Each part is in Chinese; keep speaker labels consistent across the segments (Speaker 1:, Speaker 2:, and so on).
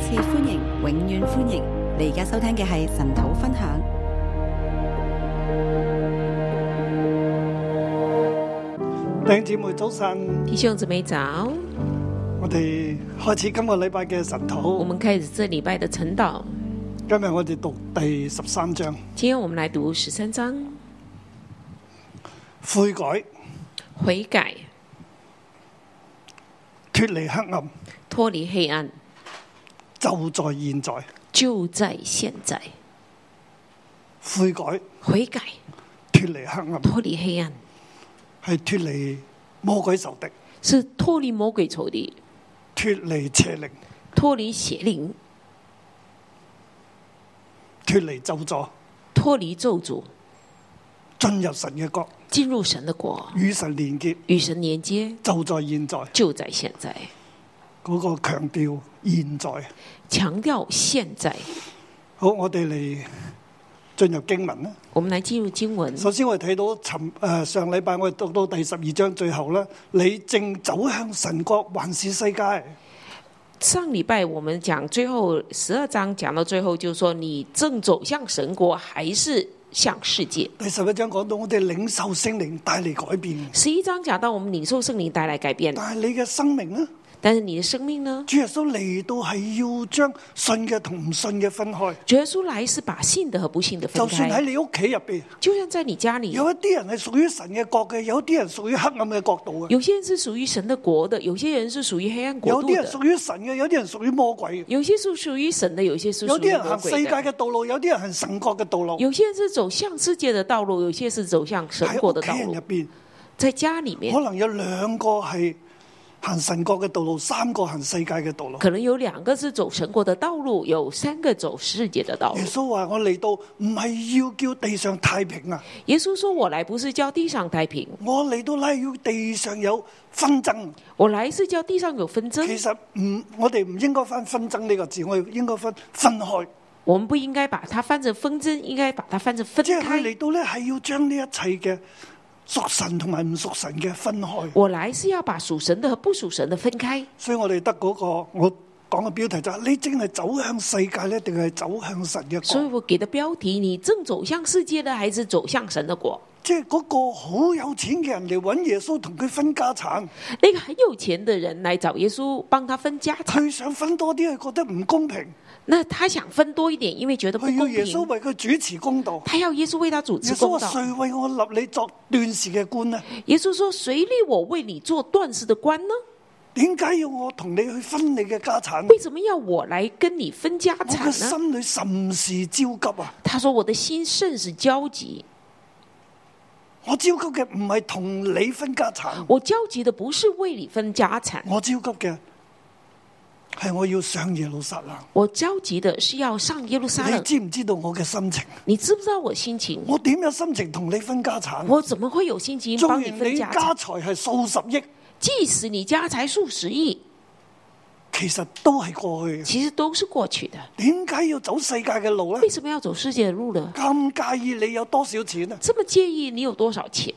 Speaker 1: 次歡迎，永遠歡迎！你而家收聽嘅係神土分享。
Speaker 2: 弟兄姊妹早晨，
Speaker 3: 弟兄姊妹早，
Speaker 2: 我哋開始今個禮拜嘅神
Speaker 3: 我
Speaker 2: 土。
Speaker 3: 们开始这礼拜的晨祷。
Speaker 2: 今日我哋讀第十三章
Speaker 3: 今天我们来读十三章
Speaker 2: 悔改，
Speaker 3: 悔改，
Speaker 2: 脱離黑暗，
Speaker 3: 脱离黑暗，
Speaker 2: 就在現在。
Speaker 3: 就在现在。
Speaker 2: 悔改，
Speaker 3: 悔改，
Speaker 2: 脱離黑暗，
Speaker 3: 脱离黑暗，
Speaker 2: 係脱離魔鬼仇敵，
Speaker 3: 是脱离魔鬼仇敌，
Speaker 2: 脱離邪靈，
Speaker 3: 脱离邪灵，
Speaker 2: 脱離咒詛，
Speaker 3: 脱离咒诅，
Speaker 2: 進入神嘅國，
Speaker 3: 进入神的国，
Speaker 2: 與神連結。
Speaker 3: 与神连接。
Speaker 2: 就在現在，
Speaker 3: 就在现在，
Speaker 2: 嗰、個強調現在。
Speaker 3: 强调现在。
Speaker 2: 好，我哋嚟進入經文啦。
Speaker 3: 我们来进入经文。
Speaker 2: 首先我哋睇到尋誒上禮拜我哋讀到第十二章最後啦，你正走向神國還是世界？
Speaker 3: 上礼拜我们讲最后十二章讲到最后，就是说你正走向神国，还是向世界？
Speaker 2: 第十一章講到我哋領受聖靈帶嚟改變，
Speaker 3: 十一章講到我們領受聖靈帶來改變，
Speaker 2: 但係你嘅生命呢？
Speaker 3: 但是你的生命呢？
Speaker 2: 主耶穌嚟到係要將信嘅同唔信嘅分開，
Speaker 3: 主耶穌來是把信的和不信的分
Speaker 2: 就算喺
Speaker 3: 開，
Speaker 2: 你屋企入邊，
Speaker 3: 就像在你家裡，
Speaker 2: 有一啲人係屬於神嘅國嘅，有啲人屬於黑暗嘅國度嘅，
Speaker 3: 有些人是屬於神的國的，有些人是屬於黑暗國
Speaker 2: 有
Speaker 3: 度
Speaker 2: 啲人屬
Speaker 3: 的，
Speaker 2: 於神嘅，有啲人屬於魔鬼嘅，
Speaker 3: 有些是屬於神的，有些是
Speaker 2: 有
Speaker 3: 屬
Speaker 2: 啲
Speaker 3: 於
Speaker 2: 人
Speaker 3: 魔
Speaker 2: 行世
Speaker 3: 鬼
Speaker 2: 界
Speaker 3: 的。
Speaker 2: 嘅道路，有啲人行神國嘅道路。
Speaker 3: 有些人是走向世界的道路，有些是走向神
Speaker 2: 喺
Speaker 3: 國
Speaker 2: 屋
Speaker 3: 的
Speaker 2: 企
Speaker 3: 道
Speaker 2: 人
Speaker 3: 路
Speaker 2: 入。邊。
Speaker 3: 在家裡面
Speaker 2: 可，能有兩個係行神國嘅道路，三個行世界嘅道路。
Speaker 3: 可能有兩個是走神國的道路，有三個走世界的道路
Speaker 2: 耶。穌話：我嚟到唔係要叫地上太平啊，
Speaker 3: 耶穌說：“我來不是叫地上太平，
Speaker 2: 我嚟到咧要地上有紛爭。
Speaker 3: 我來是叫地上有紛爭。”
Speaker 2: 其實唔，我哋唔應該翻紛爭呢個字，我哋應該分分開。
Speaker 3: 我们不应该把它翻成纷争，应该把它翻成分
Speaker 2: 即係佢
Speaker 3: 开。
Speaker 2: 嚟到咧係要將呢一切嘅屬神同埋唔屬神嘅分開。
Speaker 3: 我来是要把属神的和不属神的分开，
Speaker 2: 所以我哋得嗰、個我講嘅標題就係、你正係走向世界咧，定係走向神嘅
Speaker 3: 所以
Speaker 2: 國？
Speaker 3: 我给的标题：你正走向世界呢，还是走向神的国？
Speaker 2: 即係嗰個好有錢嘅人嚟揾耶穌同佢分家產。
Speaker 3: 那个很有钱的人来找耶稣帮他分家产，
Speaker 2: 佢想分多啲，佢覺得唔公平，
Speaker 3: 那他想分多一点，因为觉得不
Speaker 2: 佢要
Speaker 3: 公
Speaker 2: 哎耶穌
Speaker 3: 平，
Speaker 2: 為佢主持公道。
Speaker 3: 他要耶稣为他主
Speaker 2: 耶
Speaker 3: 持
Speaker 2: 穌
Speaker 3: 公
Speaker 2: 話：
Speaker 3: 道。
Speaker 2: 誰為我立你作斷事嘅官呢？
Speaker 3: 耶稣说：“谁立我为你做断事的官呢？
Speaker 2: 點解要我同你去分你嘅家產？
Speaker 3: 为什么要我来跟你分家
Speaker 2: 嗯我嘅
Speaker 3: 产呢
Speaker 2: 心裏甚是焦急啊！？”
Speaker 3: 他说：“我的心甚是焦急，
Speaker 2: 我焦急嘅唔係同你分家產，
Speaker 3: 我焦急的不是为你分家产，
Speaker 2: 我焦急嘅係我要上耶路撒冷。
Speaker 3: 我焦急的是要上耶路撒
Speaker 2: 你
Speaker 3: 冷。
Speaker 2: 知唔知道我嘅心情？
Speaker 3: 你知不知道我心情？
Speaker 2: 我點有心情同你分家產？
Speaker 3: 我怎么会有心情
Speaker 2: 縱
Speaker 3: 帮你
Speaker 2: 然
Speaker 3: 分
Speaker 2: 你
Speaker 3: 家
Speaker 2: 家
Speaker 3: 产？
Speaker 2: 財係數十億，
Speaker 3: 即使你家财数十亿，
Speaker 2: 其實都係過去嘅。
Speaker 3: 其实都是过去的。
Speaker 2: 點解要走世界嘅路呢？
Speaker 3: 为什么要走世界的路呢？
Speaker 2: 咁介意你有多少錢啊？
Speaker 3: 这么介意你有多少钱？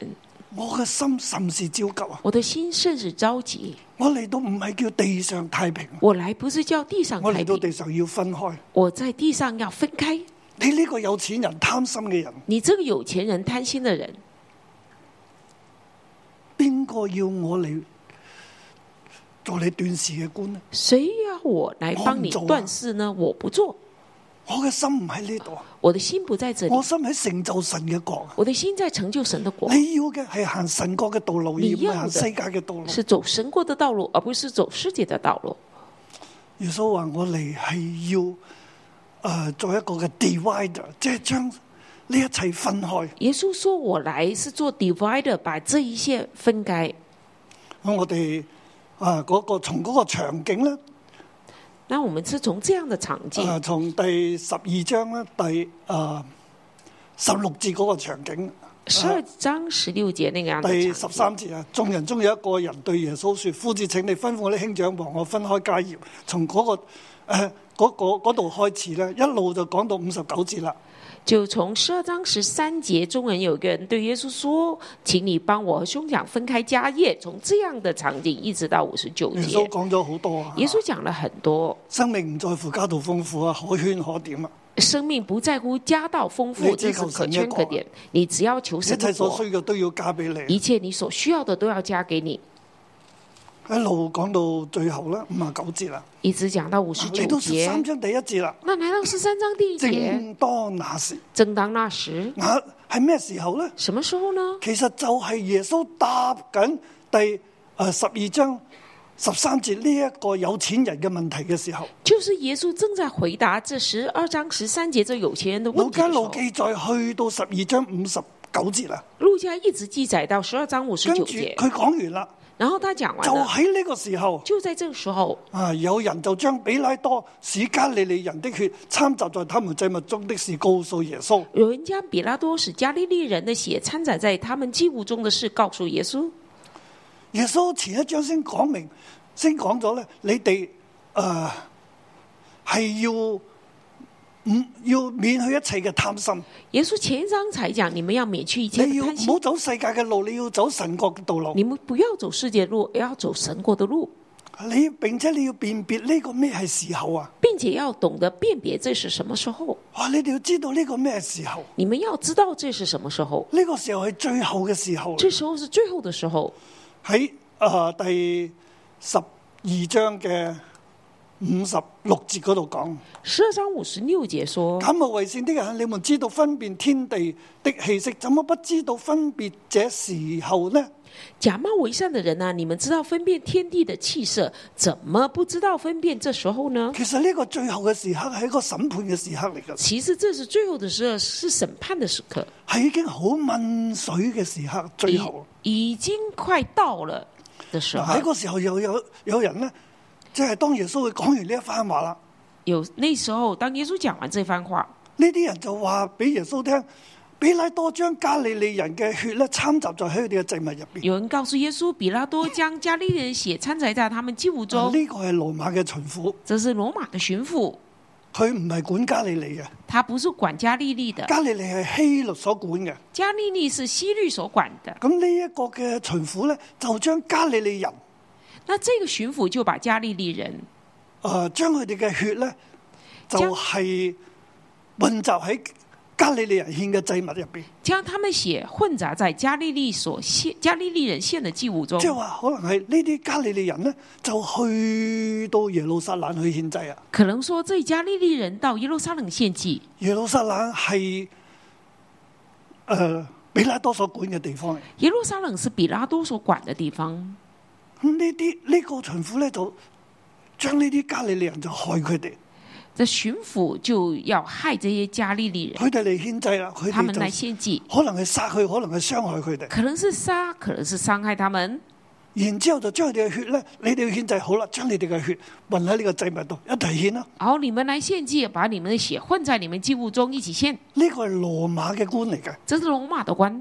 Speaker 2: 我嘅心甚是焦急啊！
Speaker 3: 我的心甚是着急。
Speaker 2: 我嚟到唔係叫地上太平，
Speaker 3: 我来不是叫地上
Speaker 2: 我
Speaker 3: 太
Speaker 2: 嚟到地
Speaker 3: 平，
Speaker 2: 上要分開。
Speaker 3: 我在地上要分开。
Speaker 2: 你呢個有錢人貪心嘅人，
Speaker 3: 你这个有钱人、贪心的人，
Speaker 2: 邊個要我嚟做你斷事嘅官呢？
Speaker 3: 谁要我来帮你
Speaker 2: 我不做啊
Speaker 3: 断事呢？我不做，
Speaker 2: 我嘅心唔喺呢度，啊
Speaker 3: 我的心不在这里
Speaker 2: 我，哎心喺成就神嘅國啊。
Speaker 3: 我的心在成就神的国，
Speaker 2: 你要嘅係行神國嘅道路，而
Speaker 3: 你
Speaker 2: 唔係
Speaker 3: 要
Speaker 2: 行
Speaker 3: 嘅
Speaker 2: 世界嘅道路。
Speaker 3: 是走神国的道路，而不是走世界的道路。
Speaker 2: 耶穌話：我嚟係要诶、呃做一個嘅 divider，即係將呢一切分開。
Speaker 3: 耶稣说：“我来是做 divider，把这一切分开。
Speaker 2: 咁我哋啊嗰個從嗰個場景咧，”
Speaker 3: 那我们是从这样的场景，
Speaker 2: 啊從第十二章咧第啊十六節嗰個場景，
Speaker 3: 十二章十六节那个样
Speaker 2: 第十
Speaker 3: 的场
Speaker 2: 三
Speaker 3: 景。
Speaker 2: 節啊，眾人中有一個人對耶穌說：夫子，請你吩咐我啲兄長和我分開家業。呃從嗰、個誒嗰、個嗰度開始咧，一路就講到五十九節啦。
Speaker 3: 就从十二章十三节，中文有一个人对耶稣说：“请你帮我和兄长分开家业。”从这样的场景一直到五十九
Speaker 2: 耶
Speaker 3: 节
Speaker 2: 穌，講咗好多啊，
Speaker 3: 耶稣講了很多，
Speaker 2: 生命唔在乎家道豐富啊，可圈可點啊，
Speaker 3: 生命不在乎家道丰富，
Speaker 2: 你
Speaker 3: 这
Speaker 2: 只
Speaker 3: 是
Speaker 2: 求
Speaker 3: 可
Speaker 2: 神一
Speaker 3: 圈可
Speaker 2: 國
Speaker 3: 点。你只要求
Speaker 2: 一
Speaker 3: 神
Speaker 2: 切
Speaker 3: 的
Speaker 2: 所
Speaker 3: 国，
Speaker 2: 需嘅都要加俾
Speaker 3: 一
Speaker 2: 你。
Speaker 3: 切你所需要的都要加给你。
Speaker 2: 一路講到最後啦，五啊九節啦，
Speaker 3: 一直講到五十
Speaker 2: 嚟
Speaker 3: 九
Speaker 2: 到十
Speaker 3: 节，
Speaker 2: 三章第一節啦。
Speaker 3: 那来到十三章第一节，
Speaker 2: 正當那時，
Speaker 3: 正当那时，
Speaker 2: 那係咩時候呢？
Speaker 3: 什么时候呢？
Speaker 2: 其實就係耶穌答緊第诶十二章十三節呢一個有錢人嘅問題嘅時候，
Speaker 3: 就是耶稣正在回答这十二章十三节这有钱人的问
Speaker 2: 老
Speaker 3: 题的
Speaker 2: 家
Speaker 3: 时
Speaker 2: 路
Speaker 3: 候。
Speaker 2: 記載去到十二章五十九節啦，
Speaker 3: 路加一直记载到十二章五十
Speaker 2: 跟
Speaker 3: 九
Speaker 2: 住
Speaker 3: 节，
Speaker 2: 佢講完啦，
Speaker 3: 然后他讲完
Speaker 2: 就
Speaker 3: 了，
Speaker 2: 喺呢個時候
Speaker 3: 就在这个时候，
Speaker 2: 啊，有人就將比拉多使加利利人的血掺雜在他們祭物中的事告訴耶穌。
Speaker 3: 有人将比拉多使加利利人的血掺杂在他们祭物中的事告诉耶稣。
Speaker 2: 耶穌前一章先講明，先講咗咧，你哋诶係要唔要免去一切嘅貪心，
Speaker 3: 耶稣前一章才讲，你们要免去一切
Speaker 2: 你要
Speaker 3: 的贪
Speaker 2: 唔
Speaker 3: 心
Speaker 2: 好，走世界嘅路，你要走神國嘅道路。
Speaker 3: 你们不要走世界路，而要走神国的路，
Speaker 2: 你並且你要辨別呢個咩係時候啊！
Speaker 3: 并且要懂得辨别这是什么时候。
Speaker 2: 哇！你哋要知道呢個咩時候？
Speaker 3: 你们要知道这是什么时候，
Speaker 2: 呢、個時候係最後嘅時候。
Speaker 3: 这时候是最后的时候。
Speaker 2: 喺呃第十二章嘅五十六節嗰度講。
Speaker 3: 十二章五十六节说。
Speaker 2: 假冒为善的人，你们知道分辨天地的气息，怎么不知道分别这时候呢？
Speaker 3: 假冒为善的人呢、你们知道分辨天地的气色，怎么不知道分辨这时候呢？
Speaker 2: 其实呢个最后嘅时刻系一个审判嘅时刻嚟嘅，
Speaker 3: 其实这是最后的时刻，是审判的时刻，
Speaker 2: 系已经好泯水嘅时刻。最后
Speaker 3: 已已经快到了的时
Speaker 2: 嗱喺
Speaker 3: 候。
Speaker 2: 个时候又有有人呢，即系当耶稣佢讲完呢一番话啦，
Speaker 3: 有那时候，当耶稣讲完这番话，
Speaker 2: 呢啲人就话俾耶稣听，比拉多将加利利人嘅血咧掺杂在喺佢哋嘅祭物入边。
Speaker 3: 有人告诉耶稣，比拉多将加利利人的血掺杂在他们祭物
Speaker 2: 嗱
Speaker 3: 中。
Speaker 2: 呢个系罗马嘅巡抚，
Speaker 3: 这是罗马的巡抚，
Speaker 2: 佢唔系管加利利嘅，
Speaker 3: 他不是管加利利的，
Speaker 2: 加利利系希律所管嘅。
Speaker 3: 加利利是希律所管的。
Speaker 2: 咁呢一個嘅巡撫咧，就將加利利人，誒、
Speaker 3: 那这个巡抚就把加利利人
Speaker 2: 呃、將佢哋嘅血咧，就
Speaker 3: 將
Speaker 2: 係混雜喺加利利人獻嘅祭物入邊，
Speaker 3: 将他们血混杂在加利利所献加利利人献的祭物中
Speaker 2: 即，係話可能係呢啲加利利人咧，就去到耶路撒冷去獻祭啊！
Speaker 3: 可能说这加利利人到耶路撒冷献祭，
Speaker 2: 耶路撒冷係誒、呃比拉多所管嘅地方嚟，
Speaker 3: 耶路撒冷是比拉多所管的地方。
Speaker 2: 咁呢啲呢個巡撫咧就將呢啲加利利人就害佢哋，
Speaker 3: 这巡抚就要害这些加利利人，
Speaker 2: 佢哋嚟獻祭啦，佢
Speaker 3: 他
Speaker 2: 哋
Speaker 3: 们来
Speaker 2: 就
Speaker 3: 献祭，
Speaker 2: 可能係殺佢，可能係傷害佢哋。
Speaker 3: 可能是杀，可能是伤害他们。
Speaker 2: 然之後就將佢哋嘅血咧，你哋要獻祭好啦，將你哋嘅血混喺呢個祭物度一齊獻啦。
Speaker 3: 然后你们来献祭，把你们的血混在你们祭物中一起献。
Speaker 2: 呢個係羅馬嘅官嚟嘅，
Speaker 3: 这是罗马的官，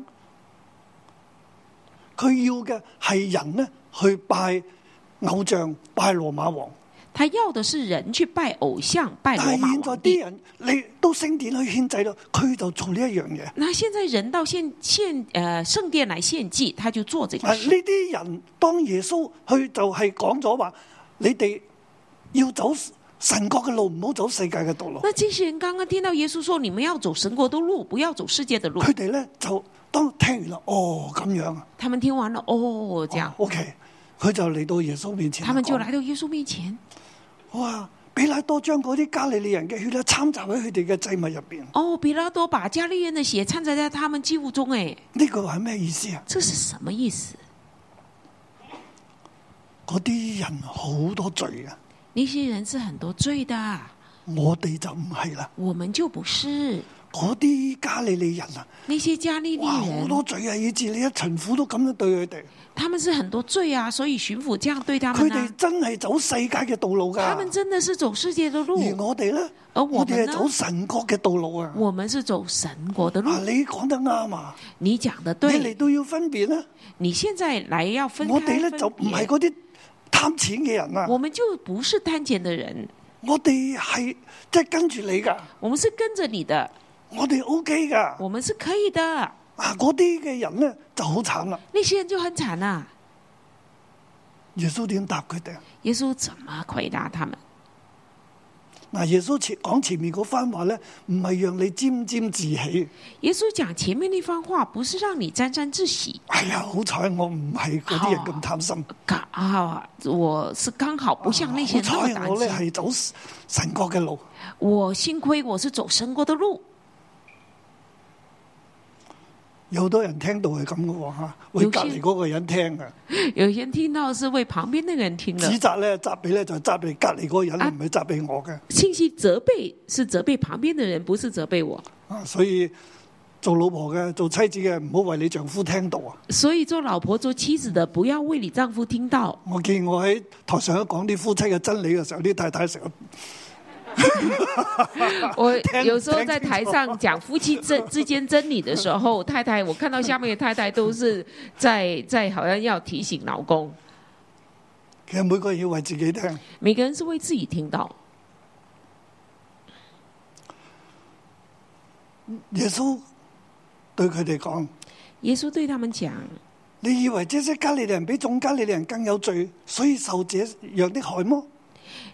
Speaker 2: 佢要嘅係人咧去拜偶像、拜羅馬王。
Speaker 3: 他要的是人去拜偶像、拜
Speaker 2: 但
Speaker 3: 罗
Speaker 2: 係
Speaker 3: 马
Speaker 2: 現在
Speaker 3: 皇
Speaker 2: 啲
Speaker 3: 帝。
Speaker 2: 人你都聖典去獻祭咯，佢就做呢一樣嘢。
Speaker 3: 那现在人到献献呃圣殿来献祭，他就做这
Speaker 2: 嗱，
Speaker 3: 个事
Speaker 2: 啊呢。啲人當耶穌去就係講咗話，你哋要走神國嘅路，唔好走世界嘅道路。
Speaker 3: 那这些人刚刚听到耶稣说：“你们要走神国的路，不要走世界的路。
Speaker 2: 佢哋咧就當聽完啦，哦咁樣啊”
Speaker 3: 他们听完了，哦，这样，
Speaker 2: o k 佢就嚟到耶穌面前啦，
Speaker 3: 他们就
Speaker 2: 講
Speaker 3: 来到耶稣面前。
Speaker 2: 哇！比拉多將嗰啲加利利人嘅血咧掺雜喺佢哋嘅祭物入邊，
Speaker 3: 哦，比拉多把加利利人的血掺杂在他们祭物中，哎，
Speaker 2: 呢句話係咩意思啊？
Speaker 3: 这是什么意思？
Speaker 2: 嗰啲人好多罪啊，
Speaker 3: 那些人是很多罪的，啊
Speaker 2: 我哋就唔係啦。
Speaker 3: 我们就不是。
Speaker 2: 嗰啲加利利人啊，
Speaker 3: 那些加利利
Speaker 2: 哇！好
Speaker 3: 人，
Speaker 2: 多罪啊，以致你一巡撫都咁樣對佢哋，
Speaker 3: 他们是很多罪啊，所以巡抚这样对他
Speaker 2: 佢
Speaker 3: 们
Speaker 2: 哋
Speaker 3: 呢、
Speaker 2: 真係走世界嘅道路
Speaker 3: 他们
Speaker 2: 㗎。
Speaker 3: 真的是走世界的
Speaker 2: 而
Speaker 3: 路，
Speaker 2: 我哋咧，
Speaker 3: 而我
Speaker 2: 我
Speaker 3: 们
Speaker 2: 哋係
Speaker 3: 呢
Speaker 2: 走神國嘅道路啊！
Speaker 3: 我们是走神国的路
Speaker 2: 啊，。你講得啱啊！
Speaker 3: 你讲的
Speaker 2: 你
Speaker 3: 对
Speaker 2: 嚟，到要分辨啦，
Speaker 3: 你现在来要分
Speaker 2: 我
Speaker 3: 开
Speaker 2: 哋咧就
Speaker 3: 分
Speaker 2: 唔係
Speaker 3: 别。
Speaker 2: 嗰啲貪錢嘅人啊，
Speaker 3: 我们就不是贪钱的人，
Speaker 2: 我哋係即係跟住你㗎。
Speaker 3: 我们是跟着你的。
Speaker 2: 我哋 O K 噶。
Speaker 3: 我们是可以的。
Speaker 2: 啊，嗰啲嘅人咧就好慘啦。
Speaker 3: 那些人就很惨啊。
Speaker 2: 耶穌點答佢哋啊？
Speaker 3: 耶稣怎么回答他们？
Speaker 2: 嗱，耶穌前講前面嗰番話咧，唔係讓你沾沾自喜。
Speaker 3: 耶稣讲前面那番话，不是让你沾沾自喜，
Speaker 2: 哎呀，好彩我唔係嗰啲人咁貪心。
Speaker 3: 刚啊，我是刚好不像那些
Speaker 2: 好
Speaker 3: 人
Speaker 2: 彩
Speaker 3: 那么胆
Speaker 2: 我咧
Speaker 3: 怯。
Speaker 2: 係走神國嘅路。
Speaker 3: 我幸亏我是走神国的路，
Speaker 2: 有好多人聽到係咁嘅喎嚇，為
Speaker 3: 有
Speaker 2: 隔
Speaker 3: 些
Speaker 2: 離嗰個人聽嘅
Speaker 3: 有些人聽到是为旁边那个人听的
Speaker 2: 指。責咧，責備咧就責備隔離嗰個人，
Speaker 3: 嗯啊
Speaker 2: 唔係責備我嘅。
Speaker 3: 信息责备是责备旁边的人，不是责备我。
Speaker 2: 啊，所以做老婆嘅、做妻子嘅，唔好為你丈夫聽到啊！
Speaker 3: 所以做老婆做妻子的，不要为你丈夫听到。
Speaker 2: 我見我喺台上講啲夫妻嘅真理嘅時候，啲太太成日
Speaker 3: 我
Speaker 2: 听
Speaker 3: 有时候在
Speaker 2: 听
Speaker 3: 台上讲夫妻真之间真理的时候，太太，我看到下面的太太都是在在好像要提醒老公，
Speaker 2: 其實每個人要為自己聽。
Speaker 3: 每个人是为自己听到。
Speaker 2: 耶穌對佢哋講：，
Speaker 3: 耶稣对他们讲：
Speaker 2: 你以為這些加利利人比眾加利利人更有罪，所以受這樣的害麼？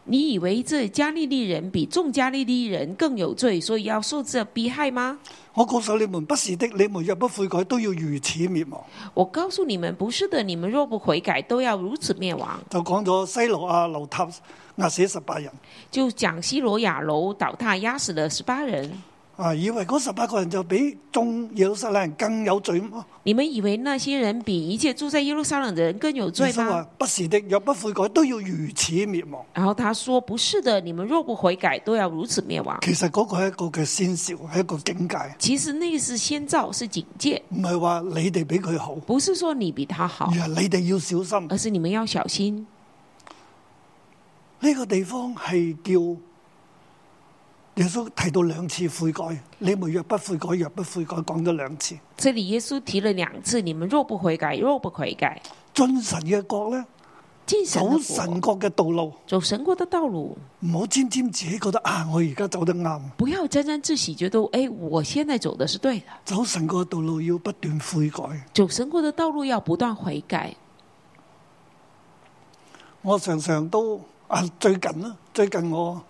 Speaker 3: 你以为这加利利人比众加利利人更有罪，所以要受这逼害吗？
Speaker 2: 我告訴你們，不是的，你們若不悔改，都要如此滅亡。
Speaker 3: 我告诉你们，不是的，你们若不悔改，都要如此灭亡。
Speaker 2: 就講咗西羅亞流塔壓死十八人，
Speaker 3: 就讲西罗亚楼倒塌，压死了十八人。
Speaker 2: 啊，以為嗰十八個人就比眾耶路撒冷人更有罪麼？
Speaker 3: 你们以为那些人比一切住在耶路撒冷的人更有
Speaker 2: 耶
Speaker 3: 罪
Speaker 2: 穌話
Speaker 3: 吗？：
Speaker 2: 不是的，若不悔改，都要如此滅亡。
Speaker 3: 然后他说：“不是的，你们若不悔改，都要如此灭亡。
Speaker 2: 其實嗰個係一個嘅先兆，係一個境界，”
Speaker 3: 其实那个是先兆，是警戒，
Speaker 2: 唔係話你哋比佢好，
Speaker 3: 不是说你比他好
Speaker 2: 而，係你哋要小心。
Speaker 3: 而是你们要小心。
Speaker 2: 呢個地方係叫耶穌提到兩次悔改，你們若不悔改，若不悔改，講咗兩次。
Speaker 3: 这里耶稣提了两次：“你们若不悔改，若不悔改，
Speaker 2: 進神嘅國咧，
Speaker 3: 进神的
Speaker 2: 走
Speaker 3: 国
Speaker 2: 神國嘅道路，
Speaker 3: 走神国的道路，
Speaker 2: 唔好沾沾自己覺得啊，我而家走得啱。
Speaker 3: 不要沾沾自喜，觉得哎，我现在走的是对的。
Speaker 2: 走神國嘅道路要不斷悔改。
Speaker 3: 走神国的道路要不断悔改。
Speaker 2: 我常常都啊，最近啦，最近我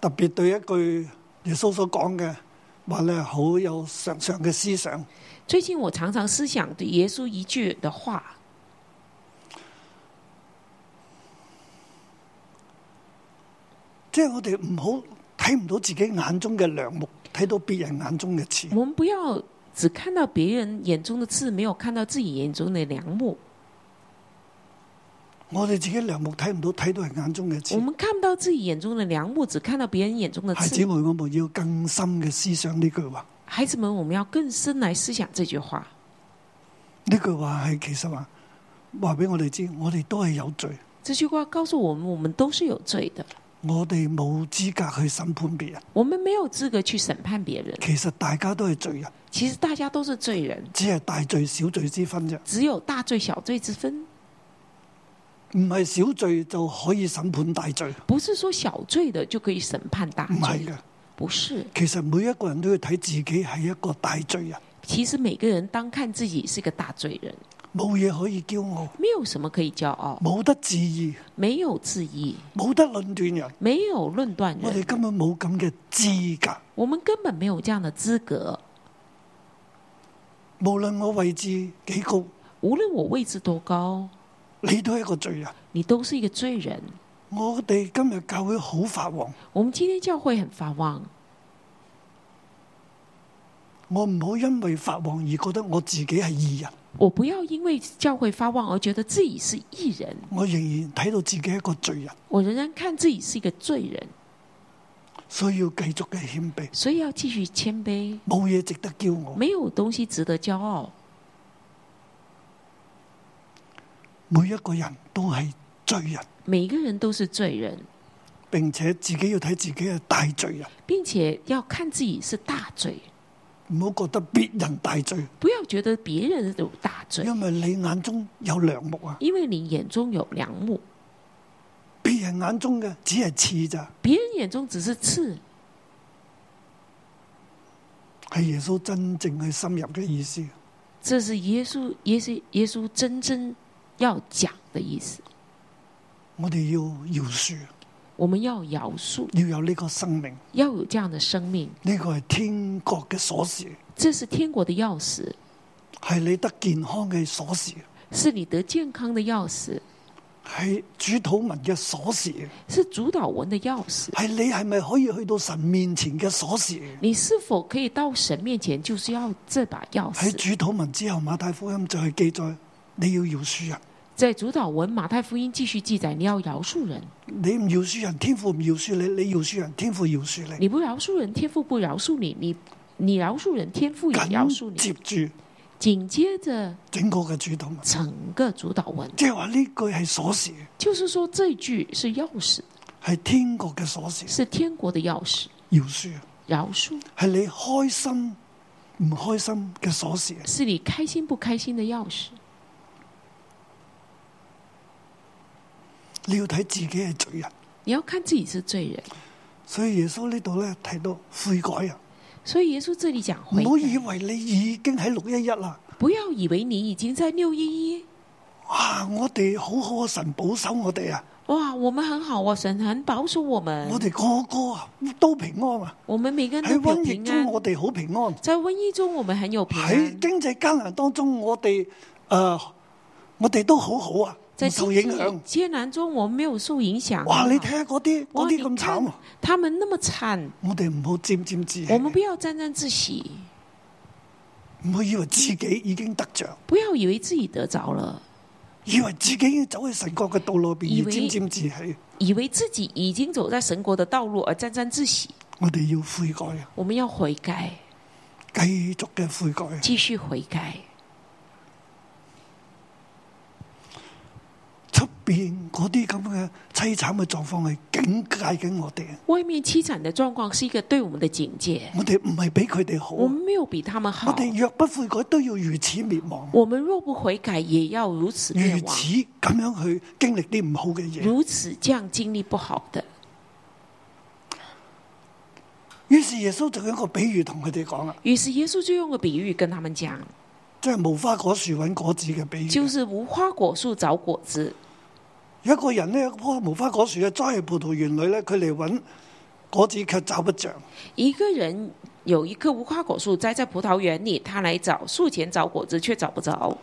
Speaker 2: 特別對一句耶穌所講嘅話咧，好有常常嘅思想。
Speaker 3: 最近我常常思想对耶稣一句的话，
Speaker 2: 即係我哋唔好睇唔到自己眼中嘅梁木，睇到別人眼中嘅刺。
Speaker 3: 我们不要只看到别人眼中的刺，没有看到自己眼中的良木。
Speaker 2: 我哋自己梁木睇唔到，睇到人眼中嘅刺
Speaker 3: 我。们看不到自己眼中的良木，只看到别人眼中的
Speaker 2: 孩子
Speaker 3: 刺。
Speaker 2: 們，我們要更深嘅思想呢句話。
Speaker 3: 孩子们，我们要更深来思想这句話。
Speaker 2: 呢句話係其實話話俾我哋知，我哋都係有罪，
Speaker 3: 这句话告诉我们，我们都是有罪的，
Speaker 2: 我哋冇資格去審判別人。
Speaker 3: 我们没有资格去审判别人。
Speaker 2: 其實大家都係罪人，
Speaker 3: 其实大家都是罪人，
Speaker 2: 只係大罪小罪之分啫，
Speaker 3: 只有大罪小罪之分，
Speaker 2: 唔係小罪就可以審判大罪，
Speaker 3: 不是说小罪的就可以审判大
Speaker 2: 唔係嘅
Speaker 3: 罪的，。不是。
Speaker 2: 其實每一個人都要睇自己係一個大罪人，
Speaker 3: 其实每个人当看自己是个大罪人，
Speaker 2: 冇嘢可以驕傲，
Speaker 3: 没有什么可以骄傲，
Speaker 2: 冇得自義，
Speaker 3: 没有自义，
Speaker 2: 冇得論斷人。
Speaker 3: 没有论断
Speaker 2: 我哋
Speaker 3: 人，
Speaker 2: 根本冇咁嘅資格。
Speaker 3: 我们根本没有这样的资格。
Speaker 2: 無論我位置幾高，
Speaker 3: 无论我位置多高，
Speaker 2: 你都係一個罪人。
Speaker 3: 你都是一个罪人。
Speaker 2: 我哋今日教會好發旺，
Speaker 3: 我们今天教会很发旺，
Speaker 2: 我唔好因為發旺而覺得我自己係義人，
Speaker 3: 我不要因为教会发旺而觉得自己是艺人，
Speaker 2: 我仍然睇到自己係一個罪人，
Speaker 3: 我仍然看自己是一个罪人，
Speaker 2: 需要繼續嘅謙卑，
Speaker 3: 所以要继续谦卑，
Speaker 2: 冇嘢值得驕傲。
Speaker 3: 没有东西值得骄傲。
Speaker 2: 每一個人都係罪人，
Speaker 3: 每个人都是罪人，
Speaker 2: 並且自己要睇自己係大罪人，
Speaker 3: 并且要看自己是大罪，
Speaker 2: 唔好覺得別人大罪，
Speaker 3: 不要觉得别人有大罪，
Speaker 2: 因為你眼中有梁木啊，
Speaker 3: 因为你眼中有良木，
Speaker 2: 別人眼中嘅只係刺咋。
Speaker 3: 别人眼中只是刺。
Speaker 2: 係耶穌真正去深入嘅意思。
Speaker 3: 这是耶稣耶稣耶稣真正要讲的意思。
Speaker 2: 我哋要饒恕，
Speaker 3: 我们要饶恕，
Speaker 2: 要有呢個生命，
Speaker 3: 要有这样的生命，
Speaker 2: 呢、個係天國嘅鎖匙，
Speaker 3: 这是天国的钥匙，
Speaker 2: 係你得健康嘅鎖匙，
Speaker 3: 是你得健康的钥匙，
Speaker 2: 係主禱文嘅鎖匙，
Speaker 3: 是主导文的钥匙。
Speaker 2: 係你係咪可以去到神面前嘅鎖匙？
Speaker 3: 你是否可以到神面前，就是要这把钥
Speaker 2: 喺
Speaker 3: 匙。
Speaker 2: 主禱文之後，馬太福音就係記載你要饒恕人，
Speaker 3: 在主导文马太福音继续记载，你要饶恕人，
Speaker 2: 你唔饒恕人，天父唔饒恕你；你饒恕人，天父饒恕你。
Speaker 3: 你不饶恕人，天父不饶恕你；你你饶恕人，天父也饶恕
Speaker 2: 緊接
Speaker 3: 你。
Speaker 2: 住
Speaker 3: 紧接着
Speaker 2: 整個嘅主禱文，
Speaker 3: 整个主导文，
Speaker 2: 即係話呢句係鎖匙，
Speaker 3: 就是说这句是钥匙，
Speaker 2: 係天國嘅鎖匙，
Speaker 3: 是天国的钥匙。
Speaker 2: 饒恕
Speaker 3: 饶恕
Speaker 2: 係你開心唔開心嘅鎖匙。
Speaker 3: 是你开心不开心的钥匙。
Speaker 2: 你要睇自己係罪人，
Speaker 3: 你要看自己是罪人，
Speaker 2: 所以耶穌呢度咧提到悔改啊，
Speaker 3: 所以耶稣这里讲
Speaker 2: 唔
Speaker 3: 悔
Speaker 2: 好以
Speaker 3: 改，
Speaker 2: 為你已經喺六一一啦。
Speaker 3: 不要以为你已经在六一一，
Speaker 2: 哇！我哋好好啊，神保守我哋啊，
Speaker 3: 哇，我们很好哦，神很保守我们，
Speaker 2: 我哋個個啊都平安啊。
Speaker 3: 我们每个
Speaker 2: 喺
Speaker 3: 人都
Speaker 2: 瘟
Speaker 3: 有
Speaker 2: 疫
Speaker 3: 平
Speaker 2: 中，
Speaker 3: 安。
Speaker 2: 我哋好平安；
Speaker 3: 在瘟疫中，我们很有平
Speaker 2: 喺
Speaker 3: 安；
Speaker 2: 經濟艱難當中，我哋诶、呃我哋都好好啊，
Speaker 3: 在
Speaker 2: 唔受
Speaker 3: 经
Speaker 2: 影
Speaker 3: 济
Speaker 2: 響。
Speaker 3: 艰难中，我们没有受影响。
Speaker 2: 哇！你
Speaker 3: 好不
Speaker 2: 睇
Speaker 3: 好
Speaker 2: 下嗰啲嗰
Speaker 3: 嗯哇
Speaker 2: 啲
Speaker 3: 你
Speaker 2: 咁
Speaker 3: 看
Speaker 2: 慘啊！
Speaker 3: 他们那么惨，
Speaker 2: 我哋唔好沾沾自喜，
Speaker 3: 我们不要沾沾自喜，
Speaker 2: 唔好以為自己已經得着，
Speaker 3: 不要以为自己得着了，
Speaker 2: 以為自己已經走喺神國嘅道路入邊
Speaker 3: 以
Speaker 2: 而
Speaker 3: 為
Speaker 2: 沾沾自喜。
Speaker 3: 以为自己已经走在神国的道路而沾沾自喜。
Speaker 2: 我哋要悔改啊，
Speaker 3: 我们要悔改，
Speaker 2: 繼續嘅悔改啊。
Speaker 3: 继续悔改。
Speaker 2: 出邊嗰啲咁嘅凄慘嘅狀況係警戒緊我哋啊！
Speaker 3: 外面凄惨的状况是一个对我们的警戒，
Speaker 2: 我哋唔係比佢哋好
Speaker 3: 我
Speaker 2: 啊，
Speaker 3: 们没有比他们好
Speaker 2: 我。哋若不悔改，都要如此滅亡。
Speaker 3: 我们若不悔改，也要如此
Speaker 2: 如
Speaker 3: 灭亡，
Speaker 2: 此咁樣去經歷啲唔好嘅嘢，
Speaker 3: 如此这样经历不好的。
Speaker 2: 於是耶穌就用一個比喻同佢哋講啦，
Speaker 3: 于是耶稣就用个比喻跟他们讲，
Speaker 2: 即係無花果樹揾果子嘅比喻。啊
Speaker 3: 就是无花果树找果子。
Speaker 2: 有一個人呢，一棵無花果樹嘅栽喺葡萄園裏咧，佢嚟揾果子卻找不着。
Speaker 3: 一个人有一棵无花果树栽在葡萄园里，他来找树前找果子，却找不着，